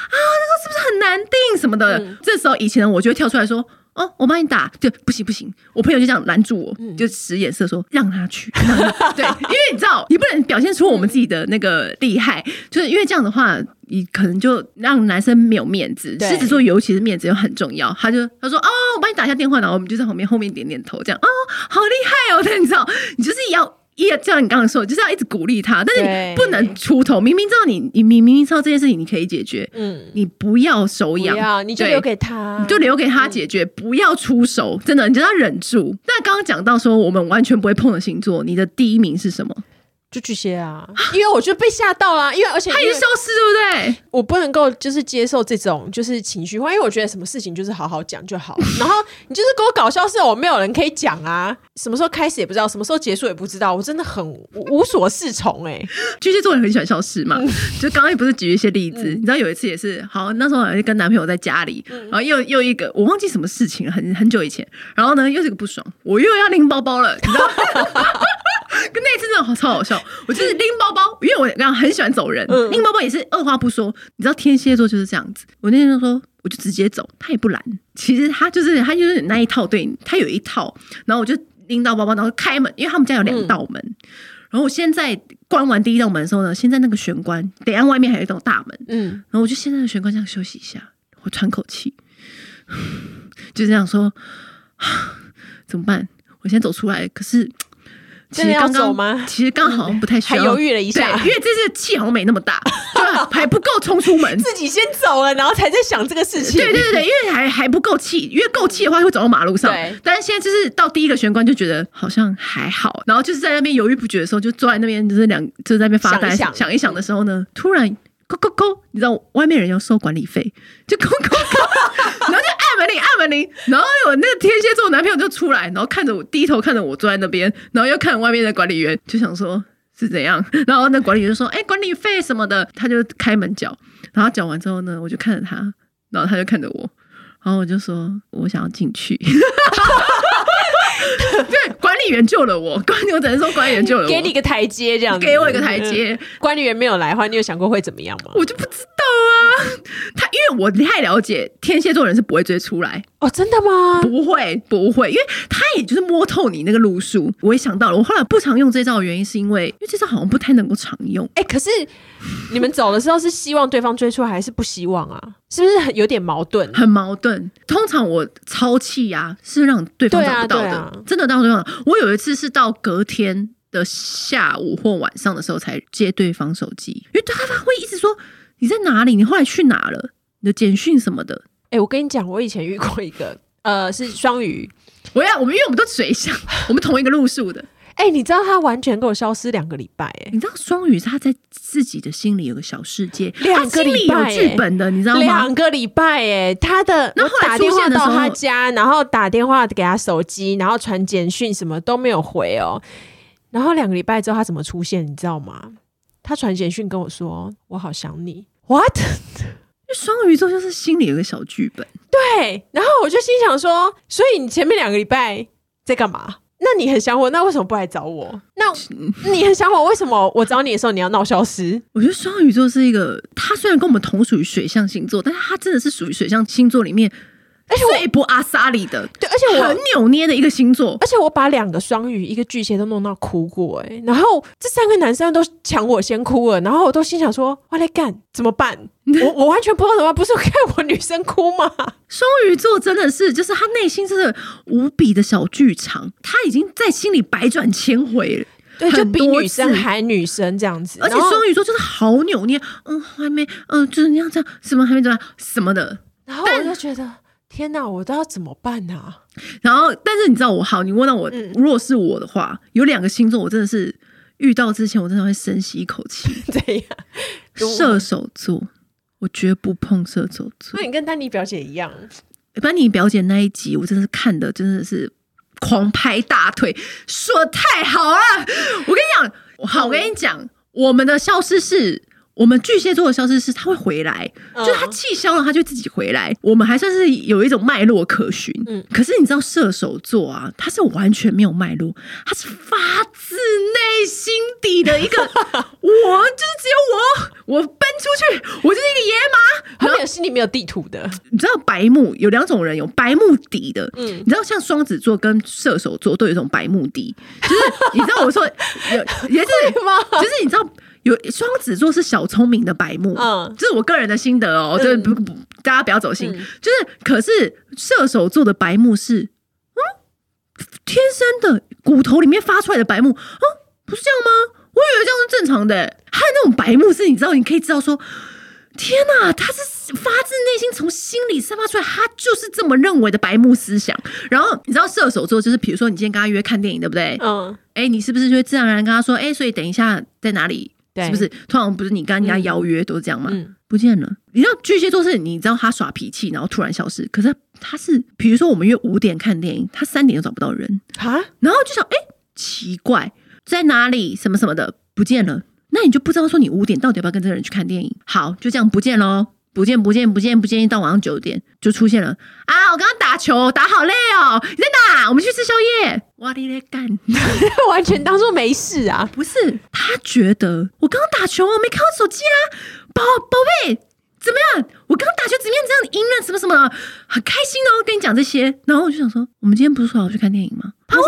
[SPEAKER 1] 是不是很难订什么的？”这时候以前的我就会跳出来说。哦，我帮你打，就不行不行，我朋友就这样拦住我，
[SPEAKER 2] 嗯
[SPEAKER 1] 就使眼色说让他去，让他 对，因为你知道，你不能表现出我们自己的那个厉害，就是因为这样的话，你可能就让男生没有面子。
[SPEAKER 2] 对
[SPEAKER 1] 狮子座尤其是面子又很重要，他就他说哦，我帮你打一下电话，然后我们就在旁边后面点点头，这样哦，好厉害哦，但你知道，你就是要。也就像你刚刚说，就是要一直鼓励他，但是
[SPEAKER 2] 对
[SPEAKER 1] 你不能出头。明明知道你，你明明知道这件事情你可以解决，
[SPEAKER 2] 嗯，
[SPEAKER 1] 你不要手
[SPEAKER 2] 不
[SPEAKER 1] 痒，
[SPEAKER 2] 要，你就
[SPEAKER 1] 对
[SPEAKER 2] 留给他，
[SPEAKER 1] 你就留给他解决，不要出手。真的，你就要忍住。那刚刚讲到说，我们完全不会碰的星座，你的第一名是什么？
[SPEAKER 2] 就巨蟹啊，因为我就被吓到啦、因为而且
[SPEAKER 1] 他
[SPEAKER 2] 因
[SPEAKER 1] 也
[SPEAKER 2] 为
[SPEAKER 1] 是消失，对不对？
[SPEAKER 2] 我不能够就是接受这种就是情绪化，因为我觉得什么事情就是好好讲就 好，然后你就是给我搞笑事，我没有人可以讲啊，什么时候开始也不知道，什么时候结束也不知道，我真的很无无所适从哎、
[SPEAKER 1] 巨蟹座也很喜欢消失嘛，就刚刚不是举一些例子，你知道有一次也是，好那时候好像是跟男朋友在家里，然后又又一个我忘记什么事情了，很很久以前，然后呢又是个不爽，我又要拎包包了，你知道。跟那一次真的好超好笑，我就是拎包包，因为我刚刚很喜欢走人，
[SPEAKER 2] 嗯
[SPEAKER 1] 拎包包也是二话不说。你知道天蝎座就是这样子，我那天就说我就直接走，他也不拦。其实他就是他就是那一套对你，他有一套，然后我就拎到包包，然后开门，因为他们家有两道门，然后我现在关完第一道门的时候呢，现在那个玄关，等一下外面还有一道大门，
[SPEAKER 2] 嗯，
[SPEAKER 1] 然后我就现在的玄关这样休息一下，我喘口气， 就这样说， 怎么办？我先走出来，可是。其
[SPEAKER 2] 真的
[SPEAKER 1] 实
[SPEAKER 2] 要
[SPEAKER 1] 刚
[SPEAKER 2] 走
[SPEAKER 1] 刚
[SPEAKER 2] 吗
[SPEAKER 1] 其实刚好好像不太需要，
[SPEAKER 2] 还犹豫了一下
[SPEAKER 1] 对因为这次气好像没那么大， 就还不够冲出门。
[SPEAKER 2] 自己先走了，然后才在想这个事情，
[SPEAKER 1] 对对对对，因为还还不够气，因为够气的话会走到马路上
[SPEAKER 2] 对。
[SPEAKER 1] 但是现在就是到第一个玄关就觉得好像还好，然后就是在那边犹豫不决的时候，就坐在那边就是两就在那边发呆
[SPEAKER 2] 想一想嗯
[SPEAKER 1] 一想的时候呢，突然。扣扣扣！你知道外面人要收管理费，就扣扣扣，然后就按门铃按门铃，然后我那个天蝎座男朋友就出来，然后看着我低头看着我坐在那边，然后又看外面的管理员，就想说是怎样，然后那管理员就说：“哎、管理费什么的。”他就开门缴，然后缴完之后呢，我就看着他，然后他就看着我，然后我就说：“我想要进去。” 对，管理员救了我，管我只能说管理员救了我，
[SPEAKER 2] 给你一个台阶这样子，
[SPEAKER 1] 给我一个台阶
[SPEAKER 2] 嗯。管理员没有来的话，你有想过会怎么样吗？
[SPEAKER 1] 我就不知道啊。 他因为我太了解天蝎座人是不会追出来，
[SPEAKER 2] 哦，真的吗？
[SPEAKER 1] 不会不会，因为他也就是摸透你那个路数。我也想到了，我后来不常用这招的原因是因为，因为这招好像不太能够常用。
[SPEAKER 2] 哎、可是你们走的时候是希望对方追出来，还是不希望啊？是不是很有点矛盾？
[SPEAKER 1] 很矛盾。通常我超气呀、是让对方找不到的，
[SPEAKER 2] 对啊对啊
[SPEAKER 1] 真的让对方。我有一次是到隔天的下午或晚上的时候才接对方手机，因为对方会一直说你在哪里，你后来去哪了，你的简讯什么的。
[SPEAKER 2] 哎、我跟你讲，我以前遇过一个，呃，是双鱼。
[SPEAKER 1] 我要我们因为我们都水象，我们同一个路数的。
[SPEAKER 2] 哎、你知道他完全跟我消失两个礼拜、哎，
[SPEAKER 1] 你知道双鱼他在自己的心里有个小世界，
[SPEAKER 2] 两个
[SPEAKER 1] 他心里
[SPEAKER 2] 礼拜欸
[SPEAKER 1] 有剧本的，你知道吗
[SPEAKER 2] 两？个礼拜哎、他的
[SPEAKER 1] 那
[SPEAKER 2] 我
[SPEAKER 1] 后来
[SPEAKER 2] 打电
[SPEAKER 1] 出
[SPEAKER 2] 话
[SPEAKER 1] 现的
[SPEAKER 2] 到
[SPEAKER 1] 时候
[SPEAKER 2] 他家，然后打电话给他手机，然后传简讯，什么都没有回哦、然后两个礼拜之后，他怎么出现？你知道吗？他传简讯跟我说：“我好想你。”What？
[SPEAKER 1] 双鱼座就是心里有个小剧本，
[SPEAKER 2] 对，然后我就心想说：“所以你前面两个礼拜在干嘛？那你很想我，那为什么不来找我？ 那你很想我，为什么我找你的时候你要闹消失？
[SPEAKER 1] 我觉得双鱼座是一个，他虽然跟我们同属于水象星座，但是他真的是属于水象星座里面
[SPEAKER 2] 而且我
[SPEAKER 1] 最不阿莎里的，
[SPEAKER 2] 对，而且我
[SPEAKER 1] 很扭捏的一个星座。
[SPEAKER 2] 而且我把两个双鱼、一个巨蟹都弄到哭过、欸，然后这三个男生都抢我先哭了，然后我都心想说，我来干怎么 办？我我完全不知道怎么办，不是看我女生哭吗？
[SPEAKER 1] 双鱼座真的是，就是他内心真的无比的小剧场，他已经在心里百转千回了。
[SPEAKER 2] 对，就比
[SPEAKER 1] 很多
[SPEAKER 2] 女生
[SPEAKER 1] 次
[SPEAKER 2] 还女生这样子，
[SPEAKER 1] 而且
[SPEAKER 2] 然后
[SPEAKER 1] 双鱼座就是好扭捏，嗯，还没，嗯，就是那样这样，什么还没怎么样什么的。
[SPEAKER 2] 然后我就觉得。天哪，我都要怎么办 啊？
[SPEAKER 1] 然后，但是你知道我好，你问到我，
[SPEAKER 2] 嗯
[SPEAKER 1] 如果是我的话，有两个星座我真的是遇到之前，我真的会深吸一口气。
[SPEAKER 2] 这 样，
[SPEAKER 1] 射手座，我绝不碰射手座
[SPEAKER 2] 那。你跟丹妮表姐一样，
[SPEAKER 1] 班尼表姐那一集，我真的是看的真的是狂拍大腿，说得太好了。我跟你讲，好，我跟
[SPEAKER 2] 嗯
[SPEAKER 1] 你讲，我们的消失是。我们巨蟹座的消失是，他会回来，
[SPEAKER 2] 嗯
[SPEAKER 1] 就是他气消了，他就自己回来。我们还算是有一种脉络可循。
[SPEAKER 2] 嗯
[SPEAKER 1] 可是你知道射手座啊，他是完全没有脉络，他是发自内心底的一 个，我就是只有我，我奔出去，我就是一个野马，
[SPEAKER 2] 他没有心里没有地图的，
[SPEAKER 1] 你知道白目有两种人，有白目底的，
[SPEAKER 2] 嗯
[SPEAKER 1] 你知道像双子座跟射手座都有一种白目底，就是你知道我说有 也是
[SPEAKER 2] 吗
[SPEAKER 1] 就是你知道有双子座是小聪明的白目，
[SPEAKER 2] 嗯
[SPEAKER 1] 这是我个人的心得哦，就是不不大家不要走心，
[SPEAKER 2] 嗯
[SPEAKER 1] 就是可是射手座的白目是嗯天生的骨头里面发出来的白目啊，不是这样吗？我以为这样是正常的、还有那种白目是，你知道，你可以知道说。天呐，他是发自内心从心里散发出来，他就是这么认为的白目思想。然后你知道射手座就是，比如说你今天跟他约看电影，对不对？
[SPEAKER 2] 嗯，
[SPEAKER 1] 哎、你是不是就会自然而然跟他说，哎、所以等一下在哪里？
[SPEAKER 2] 对
[SPEAKER 1] 是不是？通常不是你跟人家邀约都是这样吗？
[SPEAKER 2] 嗯
[SPEAKER 1] 不见了。你知道巨蟹座是，你知道他耍脾气，然后突然消失。可是他是，比如说我们约五点看电影，他三点就找不到人，
[SPEAKER 2] 啊，
[SPEAKER 1] 然后就想，哎、奇怪，在哪里？什么什么的不见了，那你就不知道说你五点到底要不要跟这个人去看电影。好，就这样不见喽，不见不见不见不见，到晚上九点就出现了啊！我刚刚打球打好累哦，你在哪？我们去吃宵夜。哇你在干？
[SPEAKER 2] 完全当做没事啊，
[SPEAKER 1] 不是，他觉得我刚刚打球，我没看到手机啊，宝宝贝。怎么样？我刚刚打球怎么样？这样赢了什么什么，很开心哦！跟你讲这些，然后我就想说，我们今天不是说好要去看电影吗？他忘了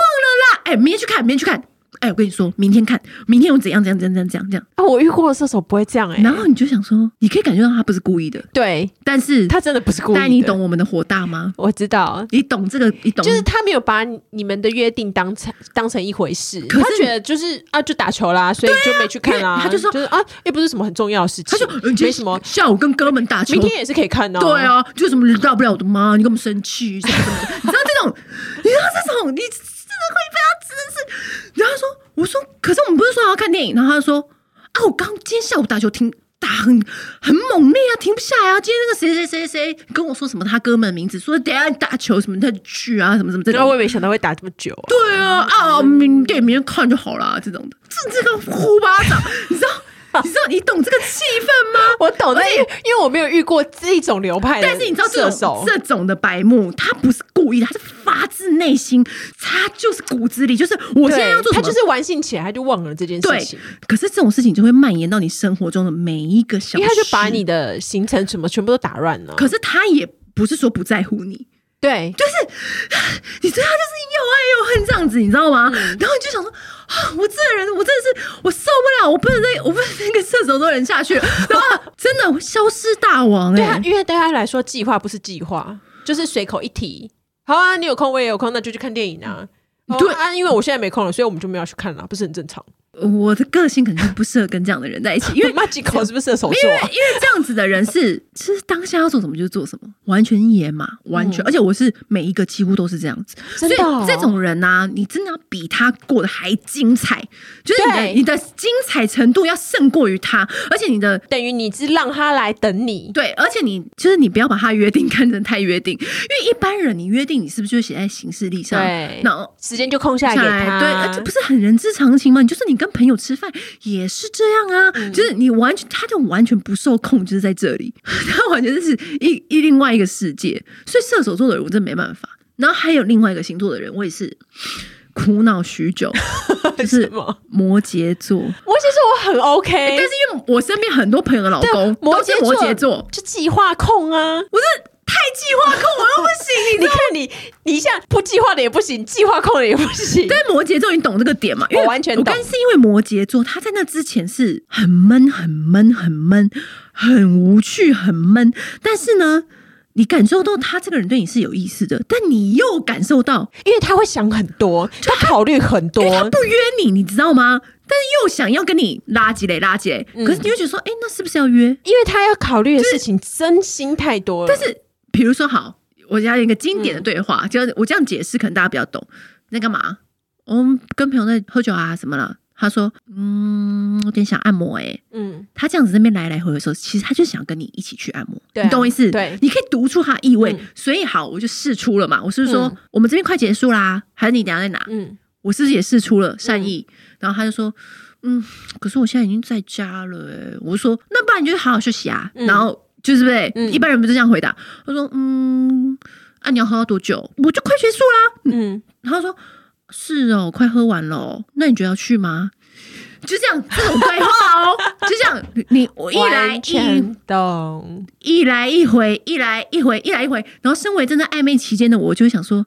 [SPEAKER 1] 啦！哎、明天去看，明天去看。哎、我跟你说，明天看，明天我怎样怎样怎样怎样怎样。
[SPEAKER 2] 啊，我遇过的射手不会这样哎、
[SPEAKER 1] 然后你就想说，你可以感觉到他不是故意的，
[SPEAKER 2] 对
[SPEAKER 1] 但是
[SPEAKER 2] 他真的不是故意的，
[SPEAKER 1] 但你懂我们的火大吗？
[SPEAKER 2] 我知道，
[SPEAKER 1] 你懂这个？你懂？
[SPEAKER 2] 就是他没有把你们的约定当成当成一回事，
[SPEAKER 1] 可是
[SPEAKER 2] 他觉得就是啊，就打球啦，所以就没去看啦。
[SPEAKER 1] 因为他就说
[SPEAKER 2] 啊，又不是什么很重要的事情，
[SPEAKER 1] 他就嗯今
[SPEAKER 2] 没
[SPEAKER 1] 天
[SPEAKER 2] 什么，
[SPEAKER 1] 下午跟哥们打球，
[SPEAKER 2] 明天也是可以看啊。
[SPEAKER 1] 对，啊，就什么大不了我的妈，你干嘛生气什么什么的？你知道这种，你知道这种，你真的会被他真的是。然后他说，我说，可是我们不是说要看电影？然后他就说，啊，我刚今天下午打球停打很很猛烈啊，停不下来啊。今天那个谁谁谁谁谁跟我说什么他哥们的名字，说等一下打球什么他就去啊，什么什么这
[SPEAKER 2] 然后
[SPEAKER 1] 种
[SPEAKER 2] 我。也没想到会打这么久、啊。
[SPEAKER 1] 对啊，啊，明电影明天看就好啦，这种的，这这个呼巴掌，你知道，你知道，你懂这个气氛吗？我懂，但
[SPEAKER 2] 因为因为我没有遇过这种流派的
[SPEAKER 1] 但是你知道这
[SPEAKER 2] 哎
[SPEAKER 1] 种
[SPEAKER 2] 射手，
[SPEAKER 1] 这种的白目，他不是故意的，他是发自内心，他就是骨子里，就是我现在要做什
[SPEAKER 2] 对
[SPEAKER 1] 么，
[SPEAKER 2] 他就是玩性起来，他就忘了这件事
[SPEAKER 1] 对
[SPEAKER 2] 情，。
[SPEAKER 1] 可是这种事情就会蔓延到你生活中的每一个小时，
[SPEAKER 2] 因为他就把你，的行程什么全部都打乱了。
[SPEAKER 1] 可是他也不是说不在乎你，
[SPEAKER 2] 对，
[SPEAKER 1] 你对他就是又爱又恨这样子，你知道
[SPEAKER 2] 嗯
[SPEAKER 1] 吗？然后你就想说啊，我这个人，我真的是我受不了，我不能再，我不能再跟射手座人下 去了，然后真的消失大王
[SPEAKER 2] 对
[SPEAKER 1] 哎、
[SPEAKER 2] 他，因为对他来说，计划不是计划，就是随口一提。好啊，你有空我也有空，那就去看电影啊。哦
[SPEAKER 1] 对
[SPEAKER 2] 啊，因为我现在没空了，所以我们就没有去看了，不是很正常？
[SPEAKER 1] 我的个性可能就不适合跟这样的人在一起，因为
[SPEAKER 2] 马吉口是不是射手
[SPEAKER 1] 因
[SPEAKER 2] 座
[SPEAKER 1] 为
[SPEAKER 2] 啊？
[SPEAKER 1] 因为这样子的人是，是当下要做什么就做什么，完全野马，完全，而且我是每一个几乎都是这样子，
[SPEAKER 2] 嗯真的哦
[SPEAKER 1] 所以这种人呐、你真的要比他过得还精彩，就是你的
[SPEAKER 2] 对
[SPEAKER 1] 你的精彩程度要胜过于他，而且你的。
[SPEAKER 2] 等于你是让他来等你，
[SPEAKER 1] 对，而且你就是你不要把他约定看成太约定，因为一般人你约定你是不是就写在行事历上？
[SPEAKER 2] 对
[SPEAKER 1] 然后
[SPEAKER 2] 时间就空下来给他。
[SPEAKER 1] 对，呃这不是很人之常情吗？你就是你跟朋友吃饭也是这样啊，
[SPEAKER 2] 嗯
[SPEAKER 1] 就是你完全他就完全不受控，就是在这里， 他完全就是一一另外一个世界。所以射手座的人我真没办法。然后还有另外一个星座的人，我也是苦恼许久， 就是
[SPEAKER 2] 什么
[SPEAKER 1] 摩羯座。
[SPEAKER 2] 摩羯座我很 OK，
[SPEAKER 1] 但是因为我身边很多朋友的老公
[SPEAKER 2] 哎对摩
[SPEAKER 1] 都
[SPEAKER 2] 羯
[SPEAKER 1] 是摩羯座，
[SPEAKER 2] 就计划控 啊。
[SPEAKER 1] 我是太计划控，我又不行，你
[SPEAKER 2] 你看你，你像不计划的也不行，计划控的也不行。
[SPEAKER 1] 但摩羯座，你懂这个点吗？因为
[SPEAKER 2] 我完全
[SPEAKER 1] 我
[SPEAKER 2] 懂
[SPEAKER 1] 跟是因为摩羯座，他在那之前是很闷、很闷、很闷、很无趣、很闷。但是呢，你感受到他这个人对你是有意思的，但你又感受到
[SPEAKER 2] 因为他会想很多，他考虑很多，
[SPEAKER 1] 他不约你，你知道吗？但是又想要跟你拉几嘞拉几嘞，
[SPEAKER 2] 嗯
[SPEAKER 1] 可是你会觉得说，哎、那是不是要约？
[SPEAKER 2] 因为他要考虑的事情真心太多了。
[SPEAKER 1] 但是比如说，好，我加一个经典的对
[SPEAKER 2] 嗯
[SPEAKER 1] 话，就我这样解释，可能大家比较懂。你在干嘛？我们跟朋友在喝酒啊，什么了？他说，嗯，有点想按摩哎、
[SPEAKER 2] 嗯，
[SPEAKER 1] 他这样子在那边来来回回的时候，其实他就想跟你一起去按摩，
[SPEAKER 2] 对啊
[SPEAKER 1] 你懂我意思？
[SPEAKER 2] 对
[SPEAKER 1] 你可以读出他的意味。
[SPEAKER 2] 嗯
[SPEAKER 1] 所以好，我就试出了嘛。我是不是说、
[SPEAKER 2] 嗯
[SPEAKER 1] 我们这边快结束啦，还是你等一下再拿？
[SPEAKER 2] 嗯，
[SPEAKER 1] 我是不是也试出了善意？然后他就说。嗯，可是我现在已经在家了、欸。我说，那不然你就好好休息啊。
[SPEAKER 2] 嗯
[SPEAKER 1] 然后就是对，
[SPEAKER 2] 嗯
[SPEAKER 1] 一般人不是这样回答。他说，嗯，啊，你要喝到多久？我就快结束啦。
[SPEAKER 2] 嗯，
[SPEAKER 1] 然后说，是哦，快喝完了哦。那你觉得要去吗？就这样，这种对话哦，就这样，你你我一来
[SPEAKER 2] 完
[SPEAKER 1] 一
[SPEAKER 2] 全懂。
[SPEAKER 1] 一来一回，一来一回，一来一回。然后，身为正在暧昧期间的我，就会想说：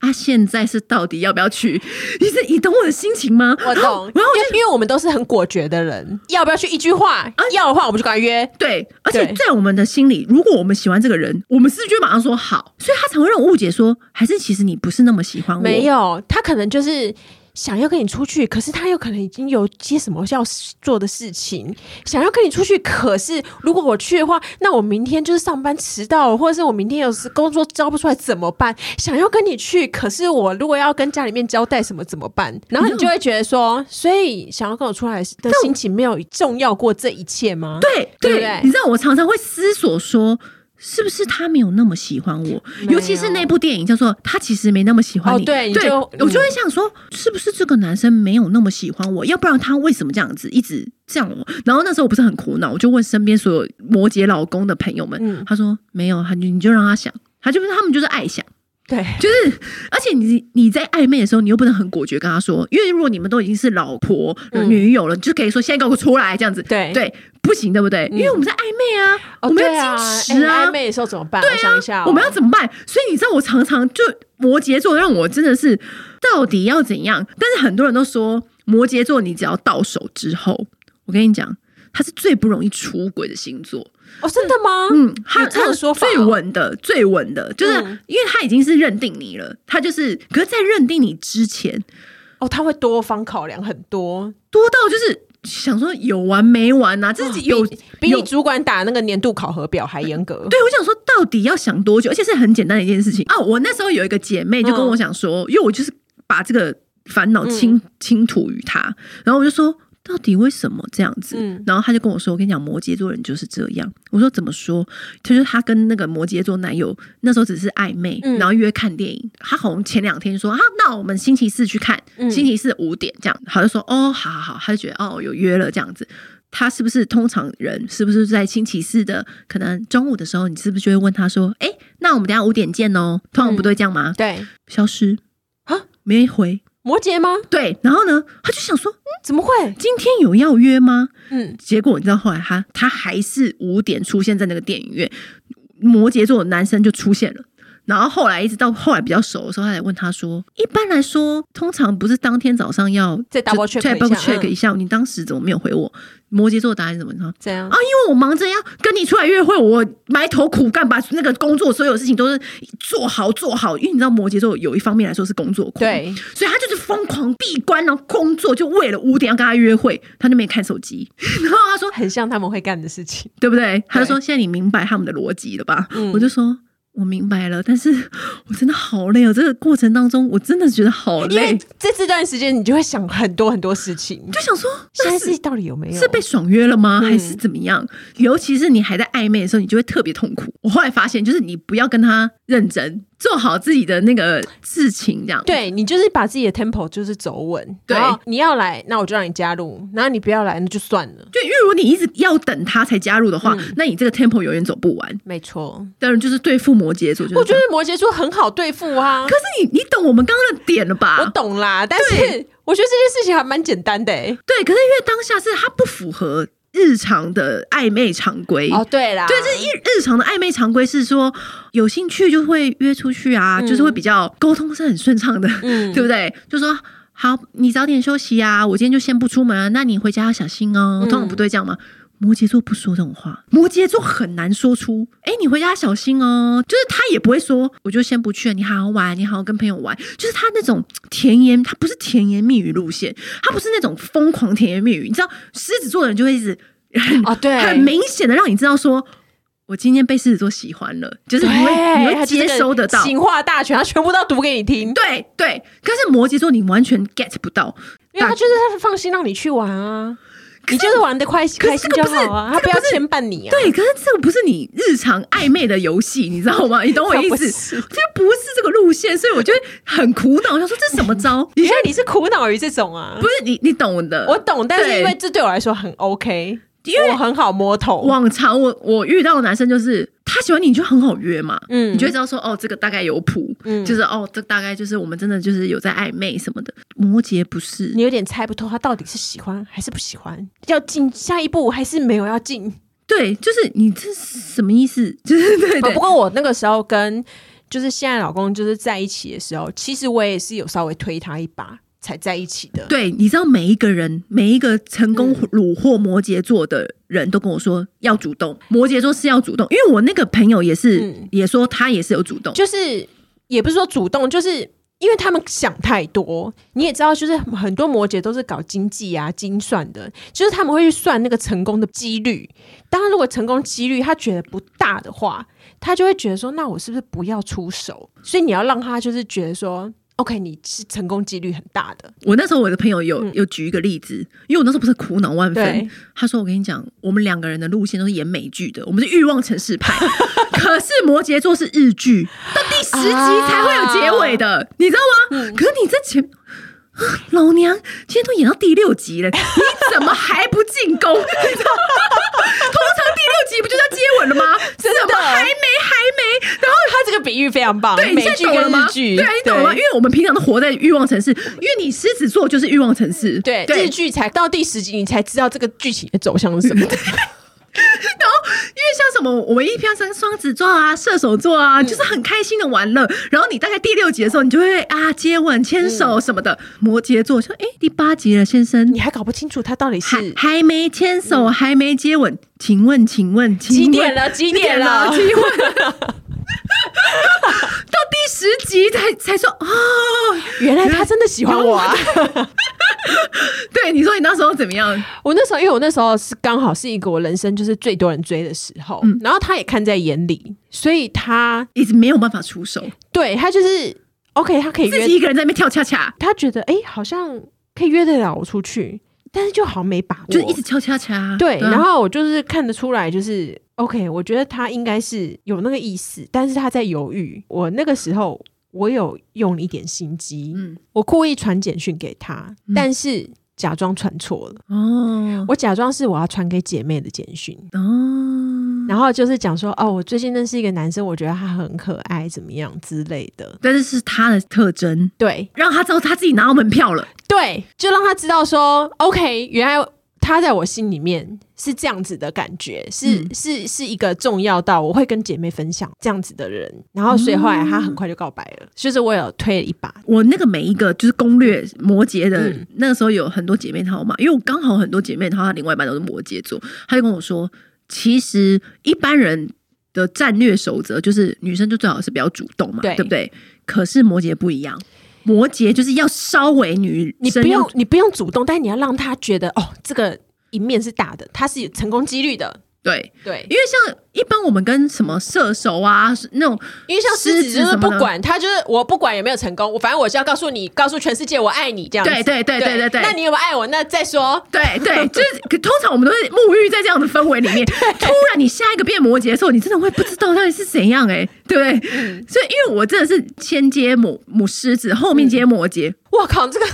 [SPEAKER 1] 啊，现在是到底要不要去？你是你懂我的心情吗？
[SPEAKER 2] 我
[SPEAKER 1] 然后
[SPEAKER 2] 懂，因
[SPEAKER 1] 然后我就
[SPEAKER 2] 为因为我们都是很果决的人，啊要不要去一句话？要的话，我们就跟他约。
[SPEAKER 1] 对，而且
[SPEAKER 2] 对
[SPEAKER 1] 在我们的心里，如果我们喜欢这个人，我们是不是就会马上说好？所以他才会让我误解说，还是其实你不是那么喜欢我。
[SPEAKER 2] 没有，他可能就是想要跟你出去，可是他有可能已经有些什么要做的事情，想要跟你出去。可是如果我去的话，那我明天就是上班迟到了，或者是我明天有时工作交不出来怎么办？想要跟你去，可是我如果要跟家里面交代什么怎么 办？然后你就会觉得说，所以想要跟我出来的心情没有重要过这一切吗？
[SPEAKER 1] 对
[SPEAKER 2] 对不
[SPEAKER 1] 对
[SPEAKER 2] 对，
[SPEAKER 1] 你知道我常常会思索说。是不是他没有那么喜欢我？
[SPEAKER 2] 没有
[SPEAKER 1] 尤其是那部电影叫做《他其实没那么喜欢你》，
[SPEAKER 2] 哦对你就
[SPEAKER 1] 我就会嗯想说，是不是这个男生没有那么喜欢我？要不然他为什么这样子一直这样我？然后那时候我不是很苦恼，我就问身边所有摩羯老公的朋友们，
[SPEAKER 2] 嗯
[SPEAKER 1] 他说没有，他你你就让他想，他就是他们就是爱想。
[SPEAKER 2] 对，
[SPEAKER 1] 就是，而且你你在暧昧的时候，你又不能很果决跟他说，因为如果你们都已经是老婆、
[SPEAKER 2] 嗯
[SPEAKER 1] 女友了，你就可以说现在给我出来这样子，
[SPEAKER 2] 对
[SPEAKER 1] 对，啊不行，对不对？
[SPEAKER 2] 嗯
[SPEAKER 1] 因为我们在暧昧啊，
[SPEAKER 2] 哦
[SPEAKER 1] 我们要
[SPEAKER 2] 对啊
[SPEAKER 1] 矜持
[SPEAKER 2] 哎
[SPEAKER 1] 啊，
[SPEAKER 2] 暧昧的时候怎么办？我想一下哦、
[SPEAKER 1] 我们要怎么办？所以你知道，我常常就摩羯座让我真的是到底要怎样？但是很多人都说摩羯座，你只要到手之后，我跟你讲，他是最不容易出轨的星座。
[SPEAKER 2] 哦，真的吗？
[SPEAKER 1] 嗯，他
[SPEAKER 2] 有这种说法哦
[SPEAKER 1] 最稳的，最稳的，就是、
[SPEAKER 2] 嗯
[SPEAKER 1] 因为他已经是认定你了，他就是，可是，在认定你之前，
[SPEAKER 2] 哦，他会多方考量很多，
[SPEAKER 1] 多到就是想说有完没完呐、啊，自己有、
[SPEAKER 2] 比比
[SPEAKER 1] 有
[SPEAKER 2] 你主管打那个年度考核表还严格。
[SPEAKER 1] 对，我想说，到底要想多久？而且是很简单的一件事情啊！我那时候有一个姐妹就跟我讲
[SPEAKER 2] 嗯
[SPEAKER 1] 说，因为我就是把这个烦恼倾倾吐于她，然后我就说，到底为什么这样子？
[SPEAKER 2] 嗯
[SPEAKER 1] 然后她就跟我说，我跟你讲，摩羯座人就是这样。我说怎么说？她说她跟那个摩羯座男友那时候只是暧昧，
[SPEAKER 2] 嗯
[SPEAKER 1] 然后约看电影。她好像前两天说，啊，那我们星期四去看，
[SPEAKER 2] 嗯
[SPEAKER 1] 星期四五点这样。她就说，哦，好好好，她就觉得哦有约了这样子。他是不是通常人是不是在星期四的可能中午的时候，你是不是就会问他说：“哎、那我们等一下五点见哦。”通常不都会这样吗？
[SPEAKER 2] 对，
[SPEAKER 1] 消失
[SPEAKER 2] 嗯啊，
[SPEAKER 1] 没回。
[SPEAKER 2] 摩羯吗？
[SPEAKER 1] 对，然后呢，他就想说嗯
[SPEAKER 2] 怎么会？
[SPEAKER 1] 今天有要约吗？
[SPEAKER 2] 嗯，
[SPEAKER 1] 结果你知道后来他他还是五点出现在那个电影院，摩羯座的男生就出现了。然后后来一直到后来比较熟的时候，他才问他说：“一般来说，通常不是当天早上要
[SPEAKER 2] 再 double
[SPEAKER 1] 就
[SPEAKER 2] check 一下
[SPEAKER 1] double check
[SPEAKER 2] 嗯
[SPEAKER 1] 一下，你当时怎么没有回我？”摩羯座的答案是什么？你知道吗
[SPEAKER 2] 怎样
[SPEAKER 1] 啊，？因为我忙着要跟你出来约会，我埋头苦干，把那个工作所有事情都是做好做好。因为你知道摩羯座有一方面来说是工作狂，
[SPEAKER 2] 对，
[SPEAKER 1] 所以他就是疯狂闭关，然后工作，就为了五点要跟他约会，他就没看手机。 然后他说，
[SPEAKER 2] 很像他们会干的事情。
[SPEAKER 1] 对不对？他就说，现在你明白他们的逻辑了吧？
[SPEAKER 2] 嗯
[SPEAKER 1] 我就说。我明白了，但是我真的好累哦！这个过程当中，我真的觉得好
[SPEAKER 2] 因为
[SPEAKER 1] 累，
[SPEAKER 2] 在这段时间，你就会想很多很多事情。
[SPEAKER 1] 就想说，
[SPEAKER 2] 现
[SPEAKER 1] 那
[SPEAKER 2] 在
[SPEAKER 1] 是
[SPEAKER 2] 是到底有没有？
[SPEAKER 1] 是被爽约了吗？
[SPEAKER 2] 嗯
[SPEAKER 1] 还是怎么样？尤其是你还在暧昧的时候，你就会特别痛苦。我后来发现，就是你不要跟他认真，做好自己的那个事情，这样。
[SPEAKER 2] 对你就是把自己的 tempo 就是走稳，
[SPEAKER 1] 对
[SPEAKER 2] 然后你要来，那我就让你加入；然后你不要来，那就算了。
[SPEAKER 1] 对，因为如果你一直要等他才加入的话，
[SPEAKER 2] 嗯
[SPEAKER 1] 那你这个 tempo 永远走不完。
[SPEAKER 2] 没错，
[SPEAKER 1] 当然，就是对付摩羯座，就是
[SPEAKER 2] 我觉
[SPEAKER 1] 这
[SPEAKER 2] 得
[SPEAKER 1] 样
[SPEAKER 2] 摩羯座很好对付啊。
[SPEAKER 1] 可是你你懂我们刚刚的点了吧？
[SPEAKER 2] 我懂啦，但是我觉得这件事情还蛮简单的、欸。
[SPEAKER 1] 对，可是因为当下是他不符合日常的暧昧常规。
[SPEAKER 2] 哦，对啦，
[SPEAKER 1] 对，这一日常的暧昧常规是说有兴趣就会约出去啊，
[SPEAKER 2] 嗯
[SPEAKER 1] 就是会比较沟通是很顺畅的，
[SPEAKER 2] 嗯
[SPEAKER 1] 对不对？就说好，你早点休息啊，我今天就先不出门啊，那你回家要小心哦。
[SPEAKER 2] 嗯
[SPEAKER 1] 通常不对这样吗？摩羯座不说这种话，摩羯座很难说出“哎、你回家小心哦”，就是他也不会说“我就先不去了，你好好玩，你好好跟朋友玩”，就是他那种甜言，他不是甜言蜜语路线，他不是那种疯狂甜言蜜语。你知道，狮子座的人就会一直很
[SPEAKER 2] 哦对
[SPEAKER 1] 很明显的让你知道说，我今天被狮子座喜欢了，就是
[SPEAKER 2] 对，
[SPEAKER 1] 你会你
[SPEAKER 2] 他
[SPEAKER 1] 会
[SPEAKER 2] 就是
[SPEAKER 1] 接
[SPEAKER 2] 个
[SPEAKER 1] 收得到。
[SPEAKER 2] 情话大全，他全部都要读给你听，
[SPEAKER 1] 对对，可是摩羯座你完全 get 不到，
[SPEAKER 2] 因为他就是他放心让你去玩啊，你就是玩的快
[SPEAKER 1] 可
[SPEAKER 2] 开
[SPEAKER 1] 是
[SPEAKER 2] 心
[SPEAKER 1] 这
[SPEAKER 2] 就
[SPEAKER 1] 个不是
[SPEAKER 2] 好啊，
[SPEAKER 1] 这
[SPEAKER 2] 他
[SPEAKER 1] 个
[SPEAKER 2] 要
[SPEAKER 1] 不是
[SPEAKER 2] 牵绊你啊。
[SPEAKER 1] 对，可是这个不是你日常暧昧的游戏，你知道 吗？你懂我意
[SPEAKER 2] 这不
[SPEAKER 1] 思？
[SPEAKER 2] 是
[SPEAKER 1] 就不是这个路线，所以我觉得很苦恼，我想说这什么招？你
[SPEAKER 2] 原
[SPEAKER 1] 现
[SPEAKER 2] 来
[SPEAKER 1] 在
[SPEAKER 2] 你是苦恼于这种啊
[SPEAKER 1] 不，是你你懂的，
[SPEAKER 2] 我懂，但是
[SPEAKER 1] 对
[SPEAKER 2] 因为这对我来说很 OK，
[SPEAKER 1] 因为
[SPEAKER 2] 我很好摸头。
[SPEAKER 1] 往常我我遇到的男生就是他喜欢你，你就很好约嘛，
[SPEAKER 2] 嗯
[SPEAKER 1] 你就会知道说哦，这个大概有谱，
[SPEAKER 2] 嗯
[SPEAKER 1] 就是哦，这大概就是我们真的就是有在暧昧什么的。摩羯不是
[SPEAKER 2] 你，有点猜不透他到底是喜欢还是不喜欢，要进下一步还是没有要进。
[SPEAKER 1] 对，就是你这是什么意思？ 就是对
[SPEAKER 2] 啊
[SPEAKER 1] 对
[SPEAKER 2] 不过我那个时候跟就是现在老公就是在一起的时候，其实我也是有稍微推他一把才在一起的。
[SPEAKER 1] 对，你知道每一个人，每一个成功虏获摩羯座的人都跟我说要主动，摩羯座是要主动，因为我那个朋友也是、
[SPEAKER 2] 嗯
[SPEAKER 1] 也说他也是有主动，
[SPEAKER 2] 就是也不是说主动，就是因为他们想太多。你也知道，就是很多摩羯都是搞经济啊、精算的，就是他们会去算那个成功的几率。当他如果成功几率他觉得不大的话，他就会觉得说，那我是不是不要出手？所以你要让他就是觉得说。OK，你是成功几率很大的，
[SPEAKER 1] 我那时候我的朋友有有举一个例子，因为我那时候不是苦恼万分
[SPEAKER 2] 嗯对，
[SPEAKER 1] 他说我跟你讲，我们两个人的路线都是演美剧的，我们是欲望城市派， 可是摩羯座是日剧，到第十集才会有结尾的，
[SPEAKER 2] 啊
[SPEAKER 1] 你知道
[SPEAKER 2] 嗯
[SPEAKER 1] 吗？可是你这前。 啊老娘今天都演到第六集了，你怎么还不进攻？ 你知道吗？通常第六集不就叫接吻了吗？怎
[SPEAKER 2] 真的
[SPEAKER 1] 么还没还没？然后
[SPEAKER 2] 他这个比喻非常棒。
[SPEAKER 1] 对，你
[SPEAKER 2] 美
[SPEAKER 1] 现在
[SPEAKER 2] 剧
[SPEAKER 1] 懂
[SPEAKER 2] 跟
[SPEAKER 1] 了吗
[SPEAKER 2] 日？剧，
[SPEAKER 1] 对啊，你懂了吗？因为我们平常都活在欲望城市，因为你狮子座就是欲望城市，
[SPEAKER 2] 对，日剧才到第十集，你才知道这个剧情的走向是 什么。
[SPEAKER 1] 然后因为像什么，我们一票像双子座啊、射手座啊，
[SPEAKER 2] 嗯
[SPEAKER 1] 就是很开心的玩乐。然后你大概第六集的时候，你就会啊接吻、牵手
[SPEAKER 2] 嗯
[SPEAKER 1] 什么的。摩羯座说：“哎、第八集了，先生
[SPEAKER 2] 你，还搞不清楚他到底
[SPEAKER 1] 还
[SPEAKER 2] 是
[SPEAKER 1] 还没牵手，还没接吻，请问，请问，
[SPEAKER 2] 嗯几
[SPEAKER 1] 请问
[SPEAKER 2] 点了？几点了？
[SPEAKER 1] 几点了请问。”到第十集才才说哦，
[SPEAKER 2] 原来他真的喜欢我啊！
[SPEAKER 1] 对，你说你那时候怎么样？
[SPEAKER 2] 我那时候，因为我那时候是刚好是一个我人生就是最多人追的时候，
[SPEAKER 1] 嗯
[SPEAKER 2] 然后他也看在眼里，所以他
[SPEAKER 1] 一直没有办法出手，
[SPEAKER 2] 对他就是 OK，他可以
[SPEAKER 1] 自
[SPEAKER 2] 约
[SPEAKER 1] 己，一个人在那边跳恰恰，
[SPEAKER 2] 他觉得哎、诶好像可以约得了我出去，但是就好像没把握，
[SPEAKER 1] 就是一直跳恰恰。
[SPEAKER 2] 对，
[SPEAKER 1] 啊
[SPEAKER 2] 然后我就是看得出来，就是 OK，我觉得他应该是有那个意思，但是他在犹豫。我那个时候我有用一点心机，
[SPEAKER 1] 嗯
[SPEAKER 2] 我故意传简讯给他，但是假装传错了，
[SPEAKER 1] 哦
[SPEAKER 2] 我假装是我要传给姐妹的简讯，
[SPEAKER 1] 哦，
[SPEAKER 2] 然后就是讲说哦，我最近认识一个男生，我觉得他很可爱，怎么样之类的。
[SPEAKER 1] 但是是他的特征，
[SPEAKER 2] 对
[SPEAKER 1] 让他知道他自己拿到门票了。
[SPEAKER 2] 对，就让他知道说，OK，原来他在我心里面是这样子的感觉，是、
[SPEAKER 1] 嗯
[SPEAKER 2] 是是一个重要到我会跟姐妹分享这样子的人。然后所以后来他很快就告白了，就是我有推了一把。
[SPEAKER 1] 我那个每一个就是攻略摩羯的，
[SPEAKER 2] 嗯
[SPEAKER 1] 那个时候有很多姐妹淘嘛，因为我刚好很多姐妹淘，她另外一半都是摩羯座，她就跟我说，其实一般人的战略守则就是女生就最好是比较主动嘛，
[SPEAKER 2] 对
[SPEAKER 1] 不对？可是摩羯不一样，摩羯就是要稍微女
[SPEAKER 2] 你不
[SPEAKER 1] 生
[SPEAKER 2] 用
[SPEAKER 1] 要
[SPEAKER 2] 你不用主动，但你要让他觉得哦，这个一面是大的，他是有成功几率的。
[SPEAKER 1] 对，
[SPEAKER 2] 对，
[SPEAKER 1] 因为像一般我们跟什么射手啊那种，
[SPEAKER 2] 因为像狮
[SPEAKER 1] 狮
[SPEAKER 2] 子
[SPEAKER 1] 子
[SPEAKER 2] 就是
[SPEAKER 1] 什么
[SPEAKER 2] 不
[SPEAKER 1] 的
[SPEAKER 2] 管他就是我不管有没有成功，我反正我就要告诉你，告诉全世界我爱你这样子。
[SPEAKER 1] 对对对对对对，
[SPEAKER 2] 那你有没有爱我？那再说。
[SPEAKER 1] 对对，就是可通常我们都会沐浴在这样的氛围里 面。突然你下一个变摩羯的时候，你真的会不知道到底是怎样哎、对不对？
[SPEAKER 2] 嗯
[SPEAKER 1] 所以因为我真的是先接母母狮子，后面
[SPEAKER 2] 嗯
[SPEAKER 1] 接摩羯，
[SPEAKER 2] 我靠，这个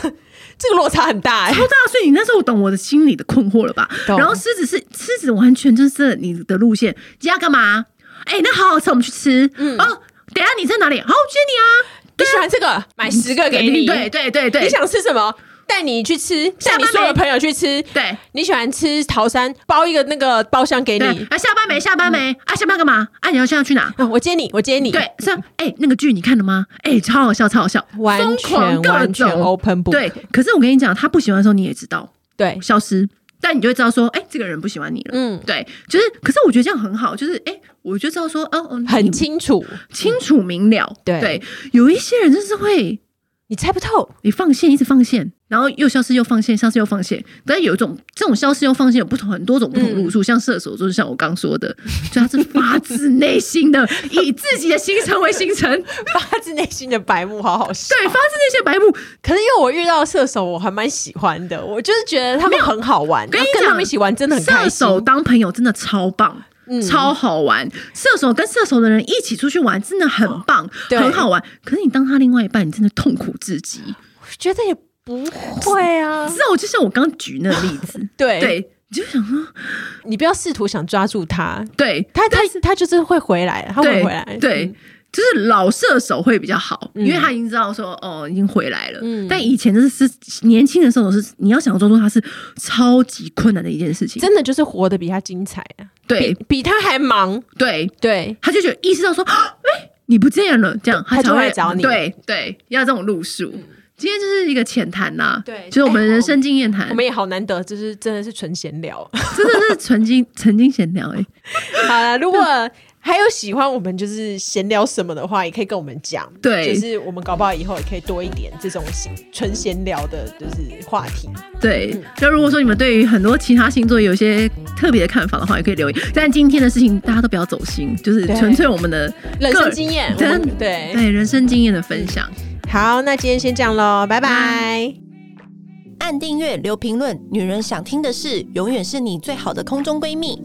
[SPEAKER 2] 这个落差很大哎、
[SPEAKER 1] 不大，所以你那时候懂我的心里的困惑了吧？
[SPEAKER 2] 懂
[SPEAKER 1] 然后狮子是狮子，完全就是你的路线，今天要干嘛？哎、那好好吃，我们去吃。嗯，哦，等一下你在哪里？好，我接你啊。
[SPEAKER 2] 你喜欢这个，买十个给你。
[SPEAKER 1] 嗯对对对对，
[SPEAKER 2] 你想吃什么？带你去吃，带
[SPEAKER 1] 下班
[SPEAKER 2] 你
[SPEAKER 1] 没
[SPEAKER 2] 所有的朋友去吃。
[SPEAKER 1] 对。
[SPEAKER 2] 你喜欢吃桃山，包一个那个包厢给
[SPEAKER 1] 对
[SPEAKER 2] 你。嗯
[SPEAKER 1] 啊，下班没？下班没？啊，下班干嘛？啊，你要现在去哪？
[SPEAKER 2] 啊，我接你，我接你。
[SPEAKER 1] 对，是啊哎、那个剧你看了吗？哎、超好笑，超好笑，
[SPEAKER 2] 完
[SPEAKER 1] 疯
[SPEAKER 2] 全
[SPEAKER 1] 狂各
[SPEAKER 2] 完全
[SPEAKER 1] 种。
[SPEAKER 2] open book。
[SPEAKER 1] 对，可是我跟你讲，他不喜欢的时候你也知道
[SPEAKER 2] 对，
[SPEAKER 1] 消失，但你就会知道说，哎、这个人不喜欢你了。
[SPEAKER 2] 嗯，
[SPEAKER 1] 对，就是，可是我觉得这样很好，就是，哎、我就知道说，哦，哦
[SPEAKER 2] 很
[SPEAKER 1] 你
[SPEAKER 2] 清楚，
[SPEAKER 1] 清楚明了。
[SPEAKER 2] 对
[SPEAKER 1] 有一些人就是会
[SPEAKER 2] 你猜 不透。
[SPEAKER 1] 你放线，一直放线，然后又消失，又放线，消失又放线。但有一种这种消失又放线有不同很多种不同
[SPEAKER 2] 嗯
[SPEAKER 1] 路数，像射手座，就像我刚说的，就他是发自内心的 以自己的星辰为星辰，
[SPEAKER 2] 发自内心的白目，好好笑。
[SPEAKER 1] 对，发自内心的白目。
[SPEAKER 2] 可是因为我遇到射手，我还蛮喜欢的。我就是觉得他们很好玩，
[SPEAKER 1] 跟
[SPEAKER 2] 然
[SPEAKER 1] 你
[SPEAKER 2] 后
[SPEAKER 1] 讲，
[SPEAKER 2] 跟他们一起玩真的很开
[SPEAKER 1] 射
[SPEAKER 2] 心。
[SPEAKER 1] 手当朋友真的超棒。
[SPEAKER 2] 嗯
[SPEAKER 1] 超好玩，射手跟射手的人一起出去玩，真的很棒，
[SPEAKER 2] 哦对
[SPEAKER 1] 很好玩。可是你当他另外一半，你真的痛苦至极。你
[SPEAKER 2] 我觉得也不会啊。，
[SPEAKER 1] 知道，就像我刚举那个例子
[SPEAKER 2] 对，
[SPEAKER 1] 对，你就想说，
[SPEAKER 2] 你不要试图想抓住他，
[SPEAKER 1] 对，
[SPEAKER 2] 他他他就是会回来，他会
[SPEAKER 1] 对
[SPEAKER 2] 回来。
[SPEAKER 1] 对
[SPEAKER 2] 嗯，，
[SPEAKER 1] 就是老射手会比较好，
[SPEAKER 2] 嗯
[SPEAKER 1] 因为他已经知道说哦，已经回来了。
[SPEAKER 2] 嗯
[SPEAKER 1] 但以前就是是年轻的射手是你要想抓住他是超级困难的一件事情。
[SPEAKER 2] 真的就是活得比他精彩啊，
[SPEAKER 1] 对
[SPEAKER 2] 比他还忙。
[SPEAKER 1] 对，
[SPEAKER 2] 对，
[SPEAKER 1] 他就觉得意识到说， 啊哎、你不见了，这样
[SPEAKER 2] 他
[SPEAKER 1] 他才
[SPEAKER 2] 就会
[SPEAKER 1] 会
[SPEAKER 2] 来找你嗯
[SPEAKER 1] 对对，要这种路数。今天就是一个浅谈呐，
[SPEAKER 2] 对
[SPEAKER 1] 就是我们
[SPEAKER 2] 哎
[SPEAKER 1] 人生经验谈
[SPEAKER 2] 我，们也好难得，就是真的是纯闲聊。
[SPEAKER 1] 真的是曾经 曾经闲聊哎，
[SPEAKER 2] 好啦，如果还有喜欢我们就是闲聊什么的话，也可以跟我们讲。
[SPEAKER 1] 对
[SPEAKER 2] 就是我们搞不好以后也可以多一点这种闲纯闲聊的，就是话题。
[SPEAKER 1] 对，那如果说你们对于很多其他星座有一些特别的看法的话，也可以留言。但今天的事情大家都不要走心，就是
[SPEAKER 2] 对
[SPEAKER 1] 纯粹我们的
[SPEAKER 2] 人
[SPEAKER 1] 个
[SPEAKER 2] 生经验，我
[SPEAKER 1] 真
[SPEAKER 2] 们对
[SPEAKER 1] 对人生经验的分享。
[SPEAKER 2] 好，那今天先这样喽，拜拜。
[SPEAKER 3] 按订阅，留评论，女人想听的事，永远是你最好的空中闺蜜。